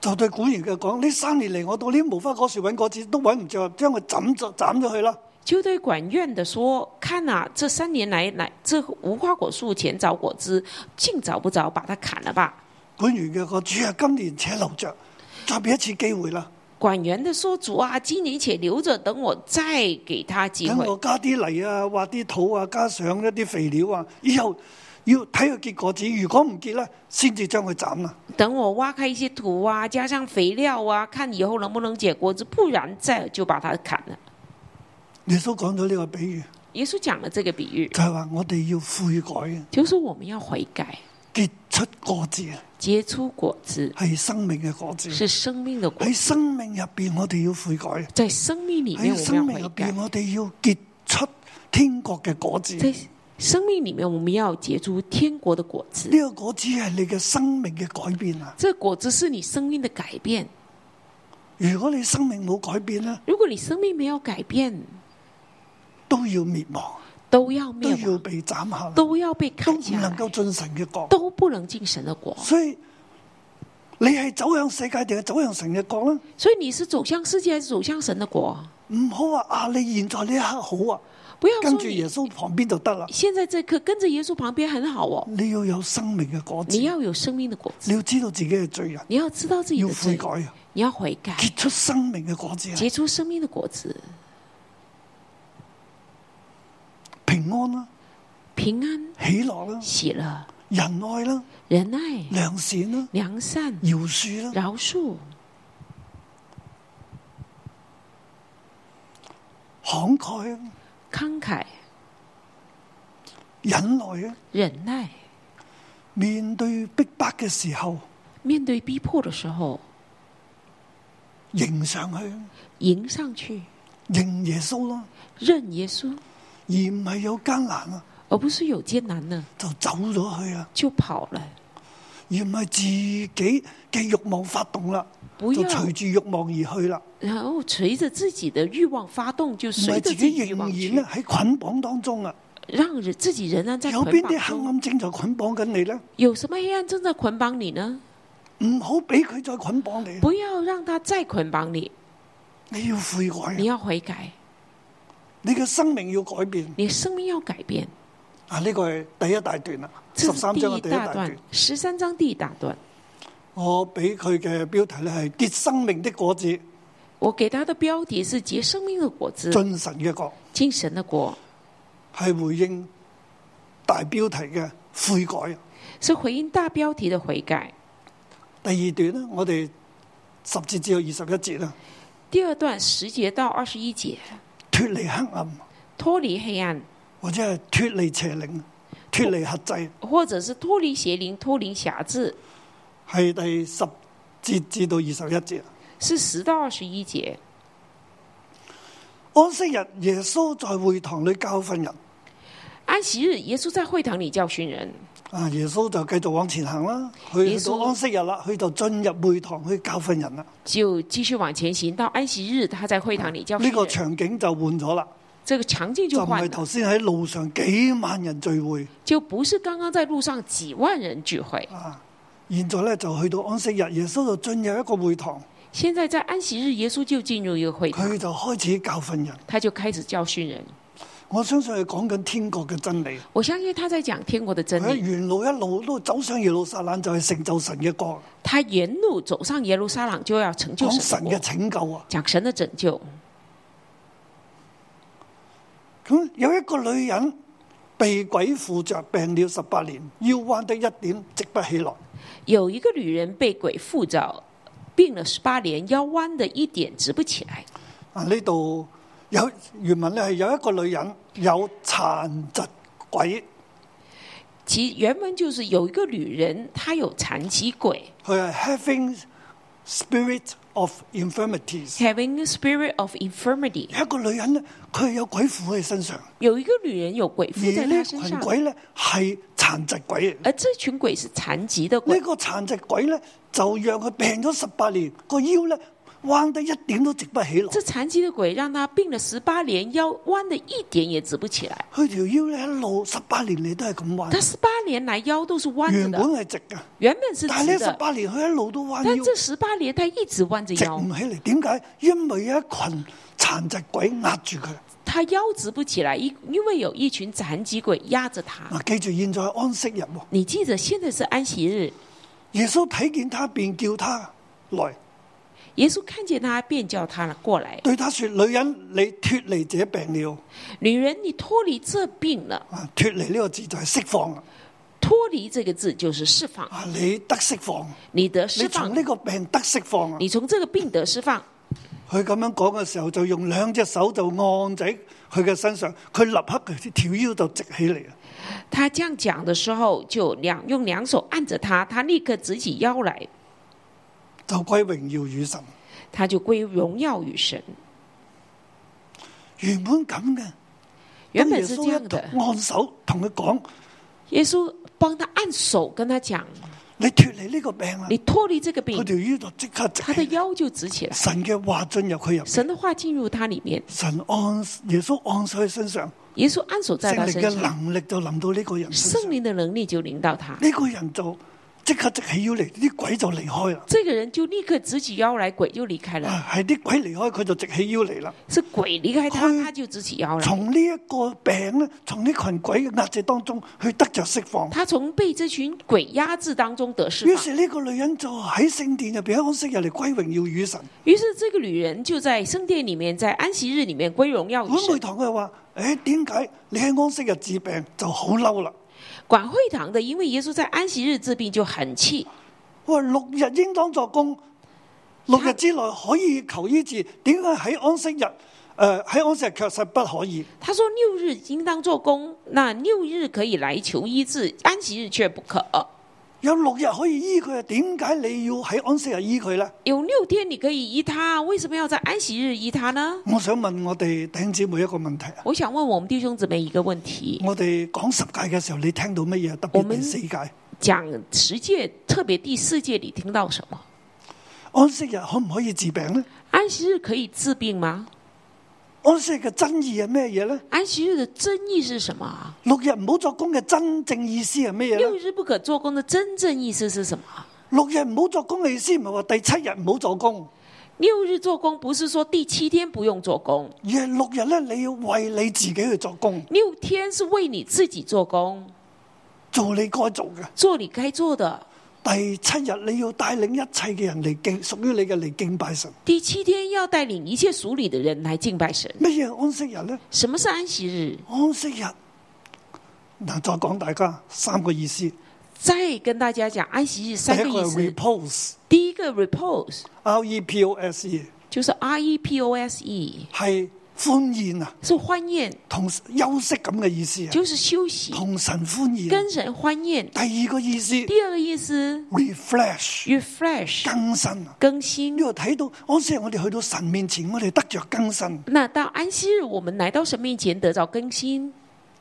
Speaker 2: 就對管園嘅講：呢三年嚟，我到呢無花果樹揾果子都揾唔着，將佢斬咗斬咗佢啦。
Speaker 3: 就对管院的说：“看呐、这三年来来这无花果树前找果子，竟找不着，把它砍了吧。”
Speaker 2: 管園嘅講：主啊，今年且留着，再俾一次機會啦，
Speaker 3: 管员的说：“主啊，今年且留着，等我再给他机
Speaker 2: 等
Speaker 3: 会。
Speaker 2: 我加啲泥啊，挖啲土啊，加上一啲肥料啊，以後要睇佢結果子，如果唔結咧，先至將佢斬啦。
Speaker 3: 等我挖开一些土啊，加上肥料啊，看以后能不能结果子，不然再就把它砍了。
Speaker 2: 耶穌講咗呢個比喻，”
Speaker 3: 耶稣讲了这个比喻，
Speaker 2: 就係話我哋要悔改啊，
Speaker 3: 就是我们要悔改，
Speaker 2: 結出果子啊，
Speaker 3: 结出果子，
Speaker 2: 係生命嘅果子。啊
Speaker 3: 是生命的果
Speaker 2: 喺。生命入边，我哋要悔改；啊
Speaker 3: 在生命里面，
Speaker 2: 喺
Speaker 3: 我们要
Speaker 2: 生命
Speaker 3: 悔
Speaker 2: 入
Speaker 3: 改
Speaker 2: 边，；我哋要結出天國嘅果子。啊
Speaker 3: 在
Speaker 2: 呢、
Speaker 3: 生命里面，我们要结出天国的果子。
Speaker 2: 個果子係你嘅生命嘅改變啊！
Speaker 3: 这果子是你生命的改变。
Speaker 2: 如果你生命冇改變咧，
Speaker 3: 如果你生命没有改变，
Speaker 2: 都要滅亡，
Speaker 3: 都要
Speaker 2: 都
Speaker 3: 灭
Speaker 2: 要
Speaker 3: 亡，
Speaker 2: 被斬下來，
Speaker 3: 都要被
Speaker 2: 都
Speaker 3: 砍
Speaker 2: 唔
Speaker 3: 下
Speaker 2: 能
Speaker 3: 来。
Speaker 2: 夠進神嘅國。
Speaker 3: 都不能进神的国。
Speaker 2: 所以你係走向世界定係走向神嘅國咧？
Speaker 3: 所以你是走向世界，还是走向神的国？
Speaker 2: 唔好話啊！你現在呢一刻好啊，
Speaker 3: 不要
Speaker 2: 跟
Speaker 3: 说
Speaker 2: 住耶
Speaker 3: 你
Speaker 2: 穌旁邊就得啦。
Speaker 3: 现在这刻跟着耶稣旁边很好哦，
Speaker 2: 你要有生命嘅果子，
Speaker 3: 你
Speaker 2: 你要
Speaker 3: 要有生命的果子，
Speaker 2: 知道自己嘅罪人，
Speaker 3: 你要知道自己
Speaker 2: 要
Speaker 3: 的
Speaker 2: 悔
Speaker 3: 罪
Speaker 2: 改，啊，
Speaker 3: 你要悔改，
Speaker 2: 结出生命嘅果子啊，
Speaker 3: 结出生命的果子，
Speaker 2: 平安啦、
Speaker 3: 平安、
Speaker 2: 喜樂啦、
Speaker 3: 喜乐、
Speaker 2: 仁愛啦、
Speaker 3: 仁爱、
Speaker 2: 良善啦、
Speaker 3: 良善、
Speaker 2: 饒恕啦，
Speaker 3: 饶恕、
Speaker 2: 慷慨啊，
Speaker 3: 慷慨、
Speaker 2: 忍耐啊。
Speaker 3: 忍耐。
Speaker 2: 面對逼迫嘅時候，
Speaker 3: 面对逼迫的时候，
Speaker 2: 迎上去啊，
Speaker 3: 迎上去，
Speaker 2: 迎耶穌啦，
Speaker 3: 认耶稣，
Speaker 2: 而唔係有艱難啊，
Speaker 3: 而而不是有艰难呢
Speaker 2: 就走咗去啦，
Speaker 3: 就跑了，
Speaker 2: 而唔係自己嘅欲望發動啦，
Speaker 3: 不
Speaker 2: 就
Speaker 3: 要
Speaker 2: 隨住欲望而去啦，
Speaker 3: 然后隨着自己的欲望發動，就
Speaker 2: 唔
Speaker 3: 隨
Speaker 2: 係
Speaker 3: 着
Speaker 2: 自
Speaker 3: 自己
Speaker 2: 己
Speaker 3: 的欲
Speaker 2: 仍
Speaker 3: 望
Speaker 2: 然
Speaker 3: 去
Speaker 2: 咧，喺捆綁當中啊。
Speaker 3: 讓人自己仍然在
Speaker 2: 有
Speaker 3: 捆
Speaker 2: 邊啲
Speaker 3: 綁
Speaker 2: 黑
Speaker 3: 中。
Speaker 2: 暗症就捆綁緊你咧？
Speaker 3: 有什麼黑暗正在捆綁你呢？
Speaker 2: 唔好俾佢再捆綁你，
Speaker 3: 不要讓它再捆綁你，
Speaker 2: 你要悔改
Speaker 3: 你
Speaker 2: 啊，
Speaker 3: 要悔改，
Speaker 2: 你嘅生命要改變
Speaker 3: 你的生命要改變。
Speaker 2: 啊！呢個係第一大段啦，十
Speaker 3: 這是
Speaker 2: 三
Speaker 3: 第
Speaker 2: 章嘅
Speaker 3: 一
Speaker 2: 第一大
Speaker 3: 大
Speaker 2: 段
Speaker 3: 段。，十三章第一大段，
Speaker 2: 我俾佢嘅標題咧係結生命的果子，
Speaker 3: 我給它的標題是“結生命的果子，
Speaker 2: 進神嘅國，
Speaker 3: 進神的國
Speaker 2: 係回應大標題嘅悔改。”，
Speaker 3: 是回應大標題的悔改。
Speaker 2: 第二段咧，我哋十節至到二十一節啦，
Speaker 3: 第二段十節到二十一節，
Speaker 2: 脱離黑暗
Speaker 3: 脫離黑暗，
Speaker 2: 或者係脱離邪靈、脱離核制，
Speaker 3: 或者是脫離邪靈、脫離瑕疵，
Speaker 2: 係第十節至到二十一節。
Speaker 3: 是十到二十一節。
Speaker 2: 安息日，耶穌在會堂裏教訓人。
Speaker 3: 安息日，耶穌在會堂裡教訓人，
Speaker 2: 啊！耶穌就繼續往前行啦，去
Speaker 3: 耶
Speaker 2: 去到
Speaker 3: 穌
Speaker 2: 安息日啦，佢就進入會堂去教訓人啦。
Speaker 3: 就繼續往前行。到安息日，他在會堂裡教訓
Speaker 2: 嗯呢
Speaker 3: 人，
Speaker 2: 個場景就換咗啦，
Speaker 3: 這個場景
Speaker 2: 就
Speaker 3: 就
Speaker 2: 唔
Speaker 3: 換
Speaker 2: 係
Speaker 3: 了，
Speaker 2: 頭先喺路上幾萬人聚會
Speaker 3: 就不是剛剛在路上幾萬人聚會，
Speaker 2: 啊！現在咧就去到安息日，耶穌就進入一個會堂，
Speaker 3: 現在在安息日，耶穌就進入一個會堂，
Speaker 2: 佢就開始教訓人。
Speaker 3: 他就開始教訓人。
Speaker 2: 我相信佢講緊天國嘅真理。
Speaker 3: 我相信他在講天國的
Speaker 2: 佢
Speaker 3: 真
Speaker 2: 喺
Speaker 3: 理，
Speaker 2: 沿路一路都走上耶路撒冷，就係成就神嘅國，
Speaker 3: 他沿路走上耶路撒冷就要成就
Speaker 2: 講
Speaker 3: 神
Speaker 2: 神嘅
Speaker 3: 的國，
Speaker 2: 拯救啊！
Speaker 3: 講神的拯救。
Speaker 2: 咁有一個女人被鬼附着，病了十八年，腰彎得一點，直不起來。
Speaker 3: 有一個女人被鬼附着，病了十八年，腰彎的一點直不起来。
Speaker 2: 啊！呢度有原文咧係有一個女人有殘疾鬼，
Speaker 3: 其原文就是有一個女人，她有殘疾鬼
Speaker 2: 佢係 having spirit of infirmities。
Speaker 3: （having a spirit of infirmity）。
Speaker 2: 有一個女人咧，佢係有鬼附喺身上，
Speaker 3: 有一個女人有鬼
Speaker 2: 而
Speaker 3: 附在她
Speaker 2: 呢
Speaker 3: 身
Speaker 2: 群
Speaker 3: 上，
Speaker 2: 鬼咧係殘疾鬼嚟。
Speaker 3: 而這群鬼是殘疾的
Speaker 2: 呢、
Speaker 3: 鬼。
Speaker 2: 個殘疾鬼咧就讓佢病咗十八年，個腰咧彎得一點都直不起來
Speaker 3: 這，殘疾的鬼讓她病了十八年，腰彎的一點也直不起来。
Speaker 2: 佢條腰咧一路十八年嚟都係咁
Speaker 3: 她
Speaker 2: 彎，
Speaker 3: 十八啊年來腰都是彎着
Speaker 2: 原本
Speaker 3: 的，
Speaker 2: 係直嘅，
Speaker 3: 原本是
Speaker 2: 但係呢
Speaker 3: 直
Speaker 2: 十
Speaker 3: 的，
Speaker 2: 八年佢一路都彎
Speaker 3: 但
Speaker 2: 腰。
Speaker 3: 這十八年她一直彎着
Speaker 2: 直
Speaker 3: 腰
Speaker 2: 唔，起嚟，點解？因為有一群殘疾鬼壓住佢。
Speaker 3: 她腰直不起來，因因為有一群殘疾鬼壓着她。
Speaker 2: 嗱，記住現在係安息日喎，
Speaker 3: 你記着，現在是安息日，
Speaker 2: 耶穌睇見他便叫他來，
Speaker 3: 耶穌看見她，便叫她過來。
Speaker 2: 對他說：女人，你脱離這病了。
Speaker 3: 女人，你脫離這病了。
Speaker 2: 啊，脱離呢個字就係釋放啦
Speaker 3: 脫離這個字就是釋放，
Speaker 2: 啊！你得釋放，
Speaker 3: 你得
Speaker 2: 你
Speaker 3: 釋
Speaker 2: 從
Speaker 3: 放，
Speaker 2: 呢個病得釋放啊！
Speaker 3: 你從這個病得釋放。
Speaker 2: 佢咁樣講嘅時候，就用兩隻手就按喺佢嘅身上，佢立刻佢條腰就直起嚟啊！
Speaker 3: 他這樣講的時候，就兩用兩手按着他，他立刻直起腰來，
Speaker 2: 就歸榮耀與神。
Speaker 3: 他就歸榮耀與神。
Speaker 2: 原本咁嘅，
Speaker 3: 原
Speaker 2: 當
Speaker 3: 本
Speaker 2: 耶
Speaker 3: 是這
Speaker 2: 穌
Speaker 3: 樣
Speaker 2: 一
Speaker 3: 的，
Speaker 2: 按手同佢講：
Speaker 3: 耶穌幫他按手，跟他講：
Speaker 2: 你脱離呢個病啦
Speaker 3: 你！脫離這個
Speaker 2: 佢
Speaker 3: 病，
Speaker 2: 條腰就即刻直
Speaker 3: 他的
Speaker 2: 起嚟。
Speaker 3: 腰就直起來。
Speaker 2: 神嘅話進入佢入，
Speaker 3: 神的話進入他裡面，
Speaker 2: 神按耶穌按手喺身上，
Speaker 3: 耶穌按手在
Speaker 2: 聖
Speaker 3: 他
Speaker 2: 靈
Speaker 3: 身
Speaker 2: 嘅
Speaker 3: 上，
Speaker 2: 能力就臨到呢個人身
Speaker 3: 聖
Speaker 2: 上。
Speaker 3: 靈的能力就臨到他。
Speaker 2: 呢個人就即刻直起腰嚟，啲鬼就離開啦。
Speaker 3: 這個人就立刻直起腰來，鬼就離開了。
Speaker 2: 啊，係啲鬼離開佢就直起腰嚟啦。
Speaker 3: 是鬼離開他，
Speaker 2: 佢
Speaker 3: 他就直起腰來。
Speaker 2: 從呢一個病咧，從呢群鬼嘅壓制當中，去得着釋放。
Speaker 3: 他從被這群鬼壓制當中得釋
Speaker 2: 於
Speaker 3: 放。
Speaker 2: 是呢個女人就喺聖殿入邊喺安息日嚟歸榮耀與神。
Speaker 3: 於是這個女人就在聖殿裡面，在安息日裡面歸榮耀與
Speaker 2: 管會
Speaker 3: 神。
Speaker 2: 堂佢話：，誒點解你喺安息日治病就好嬲啦？
Speaker 3: 管會堂的，因為耶穌在安息日治病就很氣，
Speaker 2: 我話六日應當作工，六日之內可以求醫治，點解喺安息日？诶、喺安息日卻實不可以。
Speaker 3: 他說六日應當做工，那六日可以來求醫治，安息日卻不可。
Speaker 2: 有六日可以醫佢，點解你要喺安息日醫佢呢？
Speaker 3: 有六天你可以医他，为什么要在安息日医他呢？
Speaker 2: 我想問我哋弟兄姊妹一個問題啊！
Speaker 3: 我想问我们弟兄姊妹一个问题：
Speaker 2: 我哋講十戒嘅時候，你聽到乜嘢？特
Speaker 3: 我
Speaker 2: 別
Speaker 3: 們
Speaker 2: 第四戒，
Speaker 3: 讲十诫，特别第四诫，你听到什么？
Speaker 2: 安息日可唔可以治病呢？
Speaker 3: 安息日可以治病吗？
Speaker 2: 安息日嘅真意係咩嘢呢？
Speaker 3: 安息日的真意是什么啊？
Speaker 2: 六日唔好作工嘅真正意思係咩嘢
Speaker 3: 六
Speaker 2: 呢？
Speaker 3: 日不可做工的真正意思是什么？
Speaker 2: 六日唔好作工嘅意思唔係話第七日唔好做工，
Speaker 3: 六日做工不是说第七天不用做工，
Speaker 2: 而係六日呢，你要為你自己去做工，
Speaker 3: 六天是为你自己做工，
Speaker 2: 做你該做嘅。
Speaker 3: 做你该做的。
Speaker 2: 第七日你要帶領一切嘅人嚟敬，屬於你嘅嚟敬拜神。
Speaker 3: 第七天要带领一切属里的人来敬拜神。
Speaker 2: 乜嘢係安息日呢？
Speaker 3: 什么是安息日？
Speaker 2: 安息日嗱，再講大家三個意思。
Speaker 3: 再跟大家讲，安息日
Speaker 2: 第
Speaker 3: 三
Speaker 2: 一
Speaker 3: 个
Speaker 2: 個
Speaker 3: 意
Speaker 2: 係
Speaker 3: 思。
Speaker 2: repose，R
Speaker 3: 第一个 repose
Speaker 2: E P O S E
Speaker 3: 就是 R E P O S E，
Speaker 2: 係歡宴啊，
Speaker 3: 是欢宴，
Speaker 2: 同休息咁嘅意思啊，
Speaker 3: 就是休息，
Speaker 2: 同神歡宴。
Speaker 3: 跟神欢宴。
Speaker 2: 第二個意思
Speaker 3: 第二个意思
Speaker 2: refresh
Speaker 3: ，refresh
Speaker 2: 更新啊。
Speaker 3: 更新
Speaker 2: 呢。度睇到安息日，我哋去到神面前，我哋得着更新。
Speaker 3: 那到安息日，我们来到神面前得到更新。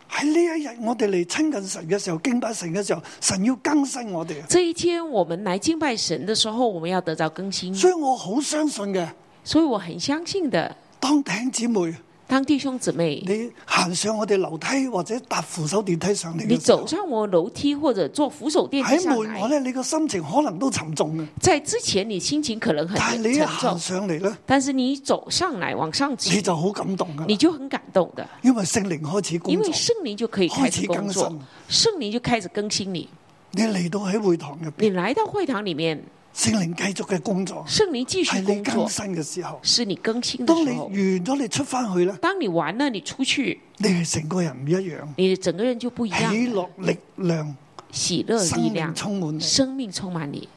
Speaker 2: 喺呢一日，我哋嚟親近神嘅時候，敬拜神嘅時候，神要更新我哋啊。
Speaker 3: 这一天，我们来敬拜神的时候，我们要得到更新。
Speaker 2: 所以我好相信嘅，
Speaker 3: 所以我很相信的，
Speaker 2: 當弟兄姊妹
Speaker 3: 当弟兄姊妹，
Speaker 2: 你行上我哋樓梯或者搭扶手電梯上嚟
Speaker 3: 你
Speaker 2: 嘅時候
Speaker 3: 走上我楼梯或者坐扶手电梯
Speaker 2: 喺
Speaker 3: 上
Speaker 2: 門外
Speaker 3: 来，
Speaker 2: 咧，你個心情可能都沉重嘅，
Speaker 3: 在之前你心情可能很
Speaker 2: 但係你一
Speaker 3: 沉
Speaker 2: 行
Speaker 3: 重，
Speaker 2: 上嚟咧，
Speaker 3: 但是你走上来往上走，
Speaker 2: 你就好感動噶
Speaker 3: 你，就很感动的，
Speaker 2: 因為聖靈開始工
Speaker 3: 因为
Speaker 2: 作。
Speaker 3: 圣灵就可以开始工
Speaker 2: 开始
Speaker 3: 作
Speaker 2: 更，
Speaker 3: 圣灵就开始更新你。
Speaker 2: 你嚟到喺會堂入邊，
Speaker 3: 你来到会堂里面，
Speaker 2: 聖靈繼續嘅工作
Speaker 3: 圣灵继
Speaker 2: 係
Speaker 3: 续
Speaker 2: 你
Speaker 3: 工
Speaker 2: 更
Speaker 3: 作，
Speaker 2: 新嘅時候。
Speaker 3: 是你更新的
Speaker 2: 當
Speaker 3: 时
Speaker 2: 你
Speaker 3: 候
Speaker 2: 完。咗，你出翻去咧，
Speaker 3: 当你完了，你出去，
Speaker 2: 你係成個人唔一樣，
Speaker 3: 你整个人就不一样
Speaker 2: 喜
Speaker 3: 了，
Speaker 2: 樂力量、
Speaker 3: 喜乐
Speaker 2: 生
Speaker 3: 力
Speaker 2: 命
Speaker 3: 量，
Speaker 2: 充滿你，
Speaker 3: 生命充满你，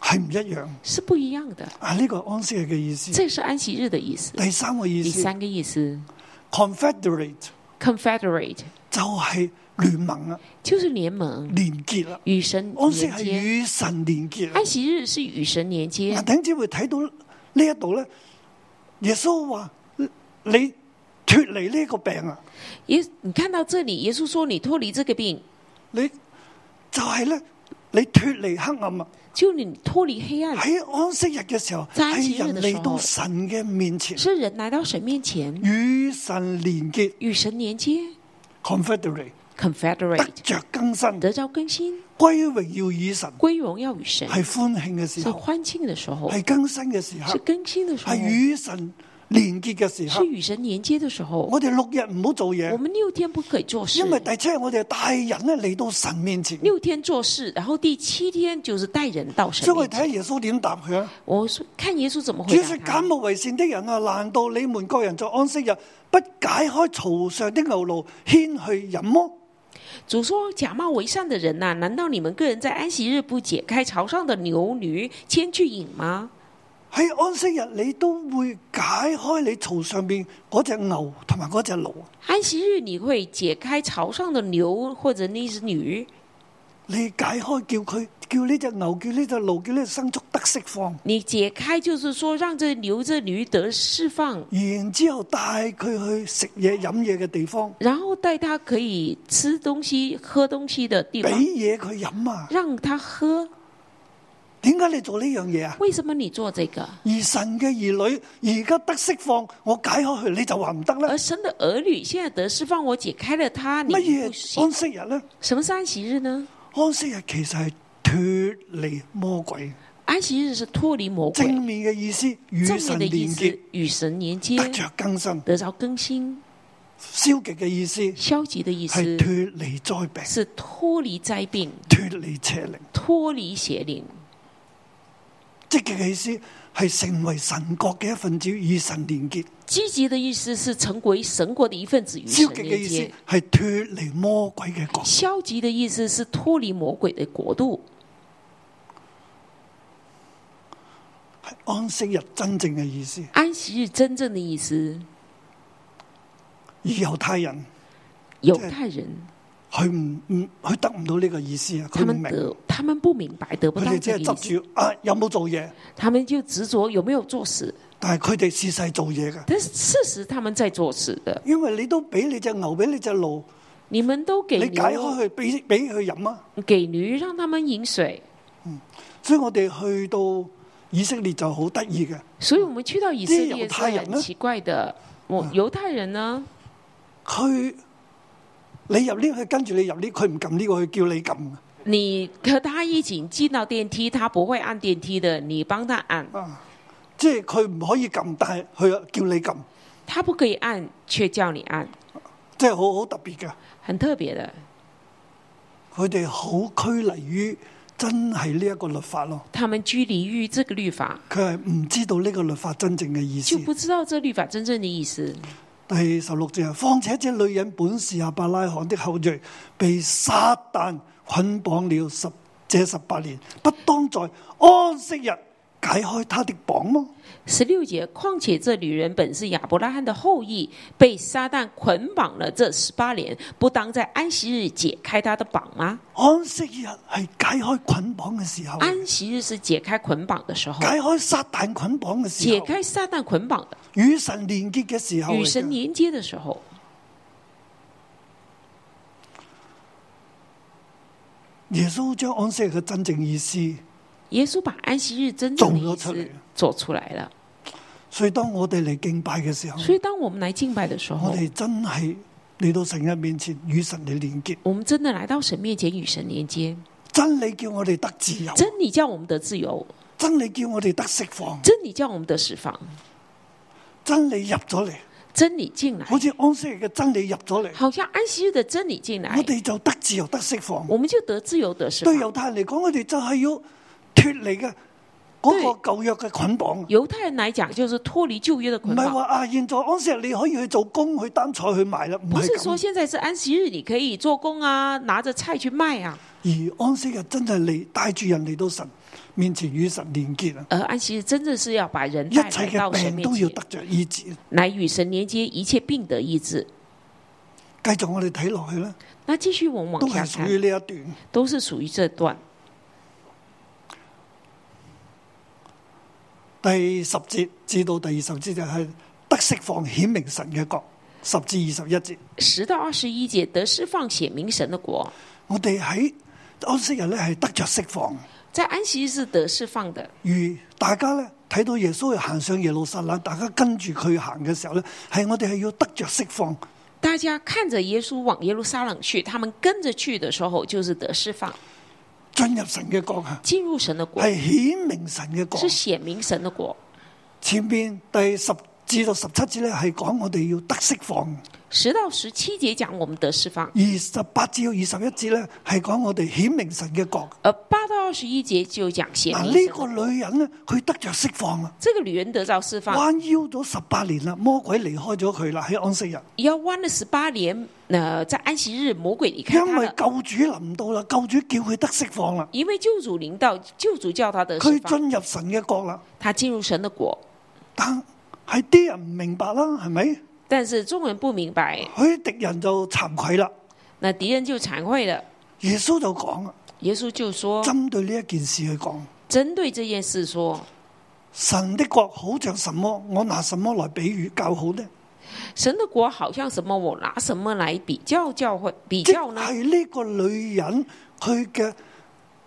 Speaker 2: 係唔一樣。
Speaker 3: 是不一样的。
Speaker 2: 啊，呢個係安息日嘅意思。
Speaker 3: 这是安息日的意思。
Speaker 2: 第三個意
Speaker 3: 第
Speaker 2: 思
Speaker 3: 三个意思
Speaker 2: ，confederate
Speaker 3: ，confederate
Speaker 2: 就係聯盟啊，
Speaker 3: 就是联盟，
Speaker 2: 連結啦。
Speaker 3: 与神
Speaker 2: 安息
Speaker 3: 连
Speaker 2: 係
Speaker 3: 接。
Speaker 2: 與神連結啊
Speaker 3: 安。息日是与神连接
Speaker 2: 嗱，。頂只會睇到呢一度咧，耶穌話：你脱離呢個病啊，
Speaker 3: 耶，你看到这里，耶稣说：“你脱离这个病，
Speaker 2: 你就係咧，你脱離黑暗啊！
Speaker 3: 就你脱离黑暗，
Speaker 2: 喺安息日嘅時候，
Speaker 3: 嗯在安息
Speaker 2: 係
Speaker 3: 日
Speaker 2: 人
Speaker 3: 嘅時候
Speaker 2: 嚟到神嘅面前，
Speaker 3: 是人来到神面前，
Speaker 2: 與神連結
Speaker 3: 与神连接
Speaker 2: c o n f e d e r a t e 得
Speaker 3: （confederate），
Speaker 2: 着更新，
Speaker 3: 得着更新，
Speaker 2: 歸榮耀以神，
Speaker 3: 归荣耀与神，
Speaker 2: 係歡慶嘅時
Speaker 3: 是
Speaker 2: 候，
Speaker 3: 欢庆的时候，
Speaker 2: 係更新嘅時
Speaker 3: 是
Speaker 2: 刻，
Speaker 3: 更新的时候
Speaker 2: 係，與神連結嘅時
Speaker 3: 是
Speaker 2: 刻。
Speaker 3: 与神连接的时候。
Speaker 2: 我哋六日唔好做
Speaker 3: 我
Speaker 2: 嘢，
Speaker 3: 们六天不可以做事
Speaker 2: 哦啊因，為第七日我哋係帶人咧嚟到神面前。
Speaker 3: 六天做事，然后第七天就是带人到
Speaker 2: 所
Speaker 3: 神
Speaker 2: 以我
Speaker 3: 面
Speaker 2: 哋
Speaker 3: 前。
Speaker 2: 睇耶穌點答佢啊！
Speaker 3: 我说看耶稣怎么
Speaker 2: 主
Speaker 3: 回答
Speaker 2: 說：
Speaker 3: 他
Speaker 2: 減。惡為善的人啊，難道你們各人在安息日不解開槽上的牛驢牽去飲麼？
Speaker 3: 主说：“假冒为善的人呐、难道你们个人在安息日不解开朝上的牛驴牵去饮吗？
Speaker 2: 喺安息日你都會解開你槽上面嗰只牛同埋嗰只驢，
Speaker 3: 安息日你会解开朝上的牛或者那只驴，
Speaker 2: 你解開叫佢叫呢只牛叫呢只驢叫呢只牲畜得釋放，
Speaker 3: 你解开就是说让这牛这驴得释放，
Speaker 2: 然之後帶佢去食嘢飲嘢嘅地方，
Speaker 3: 然后带他可以吃东西、喝东西的地
Speaker 2: 俾
Speaker 3: 方，
Speaker 2: 嘢佢飲啊！
Speaker 3: 让他喝。
Speaker 2: 點解你做呢樣嘢啊？
Speaker 3: 为什么你做这个？
Speaker 2: 而神嘅兒女而家得釋放，我解開佢你就話唔得啦
Speaker 3: 而。神的儿女现在得释放，我解开了他，
Speaker 2: 乜
Speaker 3: 你不
Speaker 2: 嘢
Speaker 3: 行
Speaker 2: 安。息日呢？
Speaker 3: 什么是安息日呢？
Speaker 2: 安息日其實係脱離魔鬼，
Speaker 3: 安息日是脱离魔鬼，
Speaker 2: 正面嘅意思與
Speaker 3: 正面
Speaker 2: 神
Speaker 3: 的
Speaker 2: 連
Speaker 3: 意思
Speaker 2: 結，
Speaker 3: 与神连接。”
Speaker 2: 得着更新；
Speaker 3: 得着更新，
Speaker 2: 消極嘅意思
Speaker 3: 消极的意
Speaker 2: 係
Speaker 3: 思
Speaker 2: 脱離災病、
Speaker 3: 是脱离灾病，
Speaker 2: 脱離邪靈；
Speaker 3: 脱离邪灵；
Speaker 2: 積極嘅意思係成為神國嘅一份子，與神連結；
Speaker 3: 积极的意思是成为神国的一份子与
Speaker 2: 消
Speaker 3: 神
Speaker 2: 極嘅
Speaker 3: 连
Speaker 2: 意思
Speaker 3: 接；
Speaker 2: 係脱離魔鬼嘅國。
Speaker 3: 消极的意思是脱离魔鬼的国度，
Speaker 2: 係安息日真正嘅意思。
Speaker 3: 安息日真正的意思。
Speaker 2: 而猶太人
Speaker 3: 犹太人
Speaker 2: 佢唔唔佢得唔到呢個意思啊，佢
Speaker 3: 他
Speaker 2: 唔
Speaker 3: 们
Speaker 2: 明，
Speaker 3: 得他们不明白，得不
Speaker 2: 佢
Speaker 3: 到
Speaker 2: 哋只
Speaker 3: 这
Speaker 2: 係
Speaker 3: 个意
Speaker 2: 執
Speaker 3: 思，
Speaker 2: 住啊有冇做嘢，
Speaker 3: 他们就执着有没有做事。
Speaker 2: 但係佢哋事勢做嘢嘅，
Speaker 3: 但是事实他们在做事的，
Speaker 2: 因為你都俾你隻牛，俾你隻驢，
Speaker 3: 你们都
Speaker 2: 你
Speaker 3: 给
Speaker 2: 解開
Speaker 3: 牛
Speaker 2: 佢俾俾佢飲啊，
Speaker 3: 给驴让他们饮水，
Speaker 2: 所以我哋去到以色列就好得意嘅，
Speaker 3: 所以我们去到以色
Speaker 2: 这犹
Speaker 3: 列是
Speaker 2: 太人呢
Speaker 3: 很奇怪的。我犹太人呢，
Speaker 2: 佢你入呢，佢跟住你入呢，佢唔撳呢個，佢叫你撳
Speaker 3: 你和他一起进到电梯，他不会按电梯的，你帮他按，
Speaker 2: 啊，即係佢唔可以撳，但係佢又叫你撳，
Speaker 3: 他不可以按，却叫你按，
Speaker 2: 即係好好特別嘅。
Speaker 3: 很特别的。
Speaker 2: 佢哋好拘泥於真係呢一個律法咯，
Speaker 3: 他们拘泥于这个律法，
Speaker 2: 佢係唔知道呢個律法真正嘅意思
Speaker 3: 就。不知道这律法真正的意思。
Speaker 2: 第十六節啊，況且這女人本是亞伯拉罕的後裔，被撒旦捆綁了十這十八年，不當在安息日解開她的綁麼？
Speaker 3: 十六节，况且这女人本是亚伯拉罕的后裔，被撒旦捆绑了这十八年，不当在安息日解开她的绑吗？
Speaker 2: 安息日係解開捆綁嘅時候，
Speaker 3: 安息日是解开捆绑的时候，
Speaker 2: 解開撒旦捆綁嘅時
Speaker 3: 解
Speaker 2: 候，
Speaker 3: 开撒旦捆绑的，
Speaker 2: 與神連結嘅時候嚟
Speaker 3: 与神
Speaker 2: 嘅。
Speaker 3: 连接的时候。
Speaker 2: 耶穌將安息日嘅真正意思，
Speaker 3: 耶稣把安息日真正的意
Speaker 2: 做咗出
Speaker 3: 思
Speaker 2: 嚟
Speaker 3: 做出来了，
Speaker 2: 所以當我哋嚟敬拜嘅時候。
Speaker 3: 所以当我们来敬拜的时
Speaker 2: 嗯我
Speaker 3: 候，
Speaker 2: 哋真係嚟到神嘅面前，與神嚟連結。
Speaker 3: 我们真的来到神面前与神连接，
Speaker 2: 真理叫我哋得自由，
Speaker 3: 真理叫我们得自由，
Speaker 2: 真理叫我哋得釋放，
Speaker 3: 真理叫我们得释放，
Speaker 2: 真理入咗嚟，
Speaker 3: 真理进来，
Speaker 2: 好似安息日嘅真理入咗嚟，
Speaker 3: 好像安息日的真理进来
Speaker 2: 我，哋就得自由得釋放。
Speaker 3: 我们就得自由得释
Speaker 2: 對
Speaker 3: 放。
Speaker 2: 猶太人嚟講，我哋就係要脱離嘅嗰個舊約嘅捆綁，
Speaker 3: 犹太人来讲，就是脱离旧约的
Speaker 2: 唔
Speaker 3: 捆
Speaker 2: 係話
Speaker 3: 绑，
Speaker 2: 啊，現在安息日你可以去做工、去擔菜、去賣啦，唔
Speaker 3: 不
Speaker 2: 係
Speaker 3: 是说
Speaker 2: 咁。
Speaker 3: 现在是安息日，你可以做工啊，拿着菜去卖啊。
Speaker 2: 而安息日真係嚟帶住人嚟到神面前與神連結啊，
Speaker 3: 而安息日真的是要把人
Speaker 2: 一
Speaker 3: 带
Speaker 2: 切
Speaker 3: 来到
Speaker 2: 嘅
Speaker 3: 神
Speaker 2: 病
Speaker 3: 面
Speaker 2: 都要
Speaker 3: 前，
Speaker 2: 得着醫治。
Speaker 3: 来与神连接，一切病得医治。
Speaker 2: 繼續我哋睇落去啦。
Speaker 3: 那继续我们
Speaker 2: 都
Speaker 3: 往下
Speaker 2: 係屬
Speaker 3: 看
Speaker 2: 於，呢一段。
Speaker 3: 都是属于这段
Speaker 2: 第十節至到第二十節就係得釋放顯明神嘅國。十至二十一節，
Speaker 3: 十到二十一节得释放显明神的国，
Speaker 2: 我哋喺安息日咧係得着釋放，
Speaker 3: 在安息日是得释放的。
Speaker 2: 如大家咧睇到耶穌行上耶路撒冷，大家跟住佢行嘅時候咧，係我哋係要得着釋放，
Speaker 3: 大家看着耶稣往耶路撒冷去，他们跟着去的时候，就是得释放，
Speaker 2: 進入神嘅國啊，
Speaker 3: 进入神的国，
Speaker 2: 係顯明神嘅國
Speaker 3: 哎
Speaker 2: 啊
Speaker 3: 是。显明神的国。
Speaker 2: 前面第十至到十七節咧係講我哋要得釋放，
Speaker 3: 十到十七节讲我们得释放，
Speaker 2: 而十八至到二十一節咧係講我哋顯明神嘅國。
Speaker 3: 而八到二十一节就讲显
Speaker 2: 嗱，
Speaker 3: 明
Speaker 2: 呢
Speaker 3: 神的
Speaker 2: 個
Speaker 3: 国。
Speaker 2: 女人咧，佢得着釋放啦，
Speaker 3: 这个女人得到释放，
Speaker 2: 彎腰咗十八年啦，魔鬼離開咗佢啦，喺安息日，
Speaker 3: 要弯了十八年。呃，在安息日，魔鬼离开
Speaker 2: 因
Speaker 3: 她
Speaker 2: 為
Speaker 3: 了，
Speaker 2: 救主臨到啦，救主叫佢得釋放啦，
Speaker 3: 因为救主领导，救主叫她得释
Speaker 2: 佢
Speaker 3: 放，
Speaker 2: 進入神嘅國啦，
Speaker 3: 她进入神的国。
Speaker 2: 但係啲人唔明白啦，係咪？
Speaker 3: 但是众人不明白，
Speaker 2: 佢啲敵人就慚愧啦。
Speaker 3: 那敌人就惭愧了。
Speaker 2: 耶穌就講啊，
Speaker 3: 耶稣就说，
Speaker 2: 針對呢一件事去講，
Speaker 3: 针对这件事说，
Speaker 2: 神的國好像什麼？我拿什麼來比喻較好呢？
Speaker 3: 神的国好像什么，我拿什么来比较教会比
Speaker 2: 即
Speaker 3: 较呢？
Speaker 2: 係呢個女人佢嘅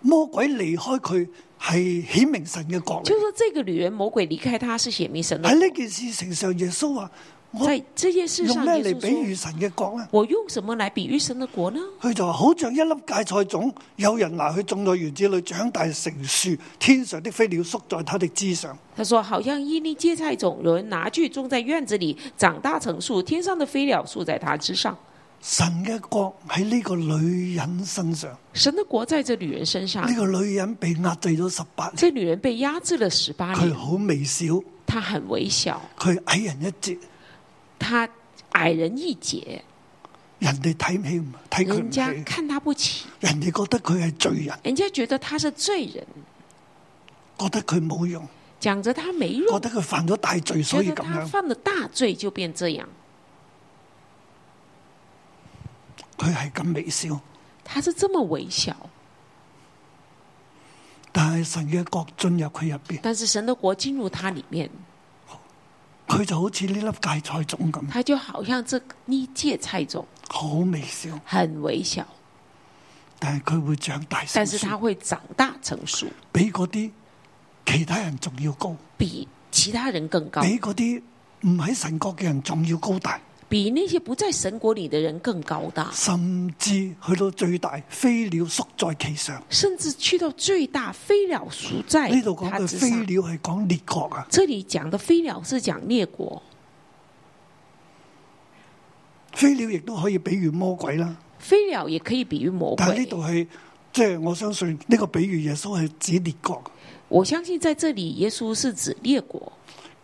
Speaker 2: 魔鬼離開佢，係顯明神嘅國嚟
Speaker 3: 就。说这个女人，魔鬼离开她是显明神的
Speaker 2: 喺
Speaker 3: 国。
Speaker 2: 呢件事情上，耶穌話：哎我
Speaker 3: 在这件事
Speaker 2: 用
Speaker 3: 上，
Speaker 2: 咩
Speaker 3: 耶
Speaker 2: 嚟
Speaker 3: 稣
Speaker 2: 比喻
Speaker 3: 说，
Speaker 2: 神嘅國呢？
Speaker 3: 我用什么来比喻神的国呢？
Speaker 2: 佢就話：好像一粒芥菜種，有人拿去種在園子裏，長大成樹，天上的飛鳥宿在它的枝上。
Speaker 3: 他说，好像伊利芥菜种，有人拿去种在院子里，长大成树，天上的飞鸟宿在它之上。
Speaker 2: 神嘅國喺呢個女人身上，呢、
Speaker 3: 神的国在这女人身上，
Speaker 2: 個女人被壓制咗十八年，
Speaker 3: 这女人被压制了十八
Speaker 2: 佢
Speaker 3: 年，
Speaker 2: 好微小，
Speaker 3: 她很微小，
Speaker 2: 佢矮人一截，
Speaker 3: 她矮人一截，
Speaker 2: 人哋睇唔起唔睇佢
Speaker 3: 人
Speaker 2: 唔
Speaker 3: 家
Speaker 2: 起，
Speaker 3: 看她不起，
Speaker 2: 人哋覺得佢係罪人，
Speaker 3: 人家觉得她是罪人，
Speaker 2: 覺得佢冇用，
Speaker 3: 讲着她没
Speaker 2: 覺
Speaker 3: 用，
Speaker 2: 得佢犯咗大罪，哦所
Speaker 3: 觉
Speaker 2: 以
Speaker 3: 得
Speaker 2: 咁
Speaker 3: 她
Speaker 2: 樣。
Speaker 3: 犯了大罪就变这样。
Speaker 2: 佢係咁微笑，
Speaker 3: 他是这么微小，
Speaker 2: 但係神嘅國進入佢入邊，
Speaker 3: 但是神的国进入他里面，
Speaker 2: 佢就好似呢粒芥菜種咁，
Speaker 3: 他就好像这一芥菜种，
Speaker 2: 好微笑，
Speaker 3: 很微小，
Speaker 2: 但係佢會長大成
Speaker 3: 但是它
Speaker 2: 樹，
Speaker 3: 会长大成熟，
Speaker 2: 比嗰啲其他人仲要高，
Speaker 3: 比其他人更高，
Speaker 2: 比嗰啲唔喺神國嘅人仲要高大，
Speaker 3: 比那些不在神国里的人更高大，
Speaker 2: 甚至去到最大，飛鳥宿在其上。
Speaker 3: 甚至去到最大，飞鸟孰在
Speaker 2: 呢度講
Speaker 3: 它
Speaker 2: 嘅
Speaker 3: 之
Speaker 2: 飛
Speaker 3: 上。
Speaker 2: 鳥係講列國啊，
Speaker 3: 这里讲的飞鸟是讲列国，
Speaker 2: 飛鳥亦都可以比喻魔鬼啦。
Speaker 3: 飞鸟也可以比喻魔
Speaker 2: 但係呢
Speaker 3: 鬼。
Speaker 2: 度係即係我相信呢個比喻耶穌係指列國。
Speaker 3: 我相信在这里，耶稣是指列国。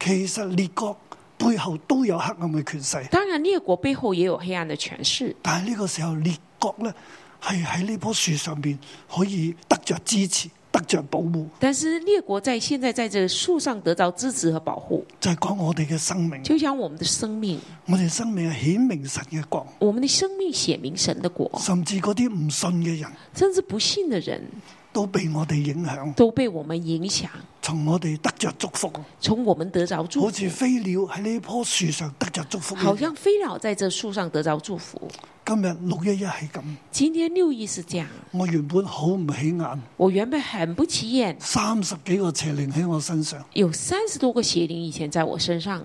Speaker 2: 其實列國背後都有黑暗嘅權勢，
Speaker 3: 当然，列国背後也有黑暗的权势，
Speaker 2: 但係呢個時候列國呢係喺呢棵樹上面可以得着支持、得着保護，
Speaker 3: 但是列国在现在在这树上得到支持和保护，
Speaker 2: 就係講我哋嘅生命。
Speaker 3: 就像我们的生命，
Speaker 2: 我哋生命係顯明神嘅國，
Speaker 3: 我们的生命写明神的国，
Speaker 2: 甚至嗰啲唔信嘅人
Speaker 3: 甚至不信的人
Speaker 2: 都被我哋影響，
Speaker 3: 都被我们影响，
Speaker 2: 從我哋得着祝福，
Speaker 3: 从我们得着祝
Speaker 2: 好
Speaker 3: 福
Speaker 2: 似，飛鳥喺呢棵樹上得着祝福一樣。
Speaker 3: 好像飞鸟在这树上得着祝福。
Speaker 2: 今日六一一係咁，
Speaker 3: 今天六一是这样，
Speaker 2: 我原本好唔起眼，
Speaker 3: 我原本很不起眼，
Speaker 2: 三十幾個邪靈喺我身上，
Speaker 3: 有三十多个邪灵以前在我身上，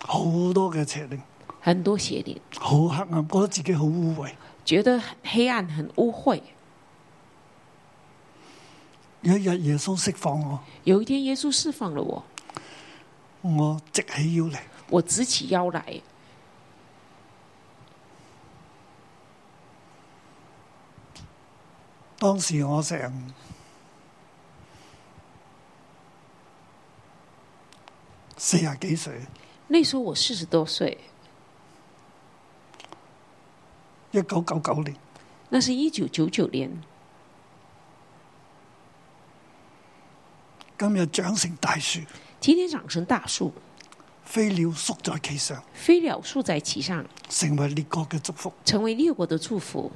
Speaker 2: 好多嘅邪靈，
Speaker 3: 很多邪灵，
Speaker 2: 好黑暗，覺得自己好污穢。
Speaker 3: 觉得很黑暗很污秽。
Speaker 2: 有一日耶穌釋放我，
Speaker 3: 有一天，耶稣释放了我，
Speaker 2: 我直起腰嚟，
Speaker 3: 我直起腰来，
Speaker 2: 當時我成四廿幾歲，
Speaker 3: 那时候我四十多岁，
Speaker 2: 一九九九年，
Speaker 3: 那是一九九九年。
Speaker 2: 今日長成大樹，
Speaker 3: 今天长成大树，
Speaker 2: 飛鳥宿在其上，
Speaker 3: 飞鸟树在其上，
Speaker 2: 成為列國嘅祝福。
Speaker 3: 成为列国的祝福。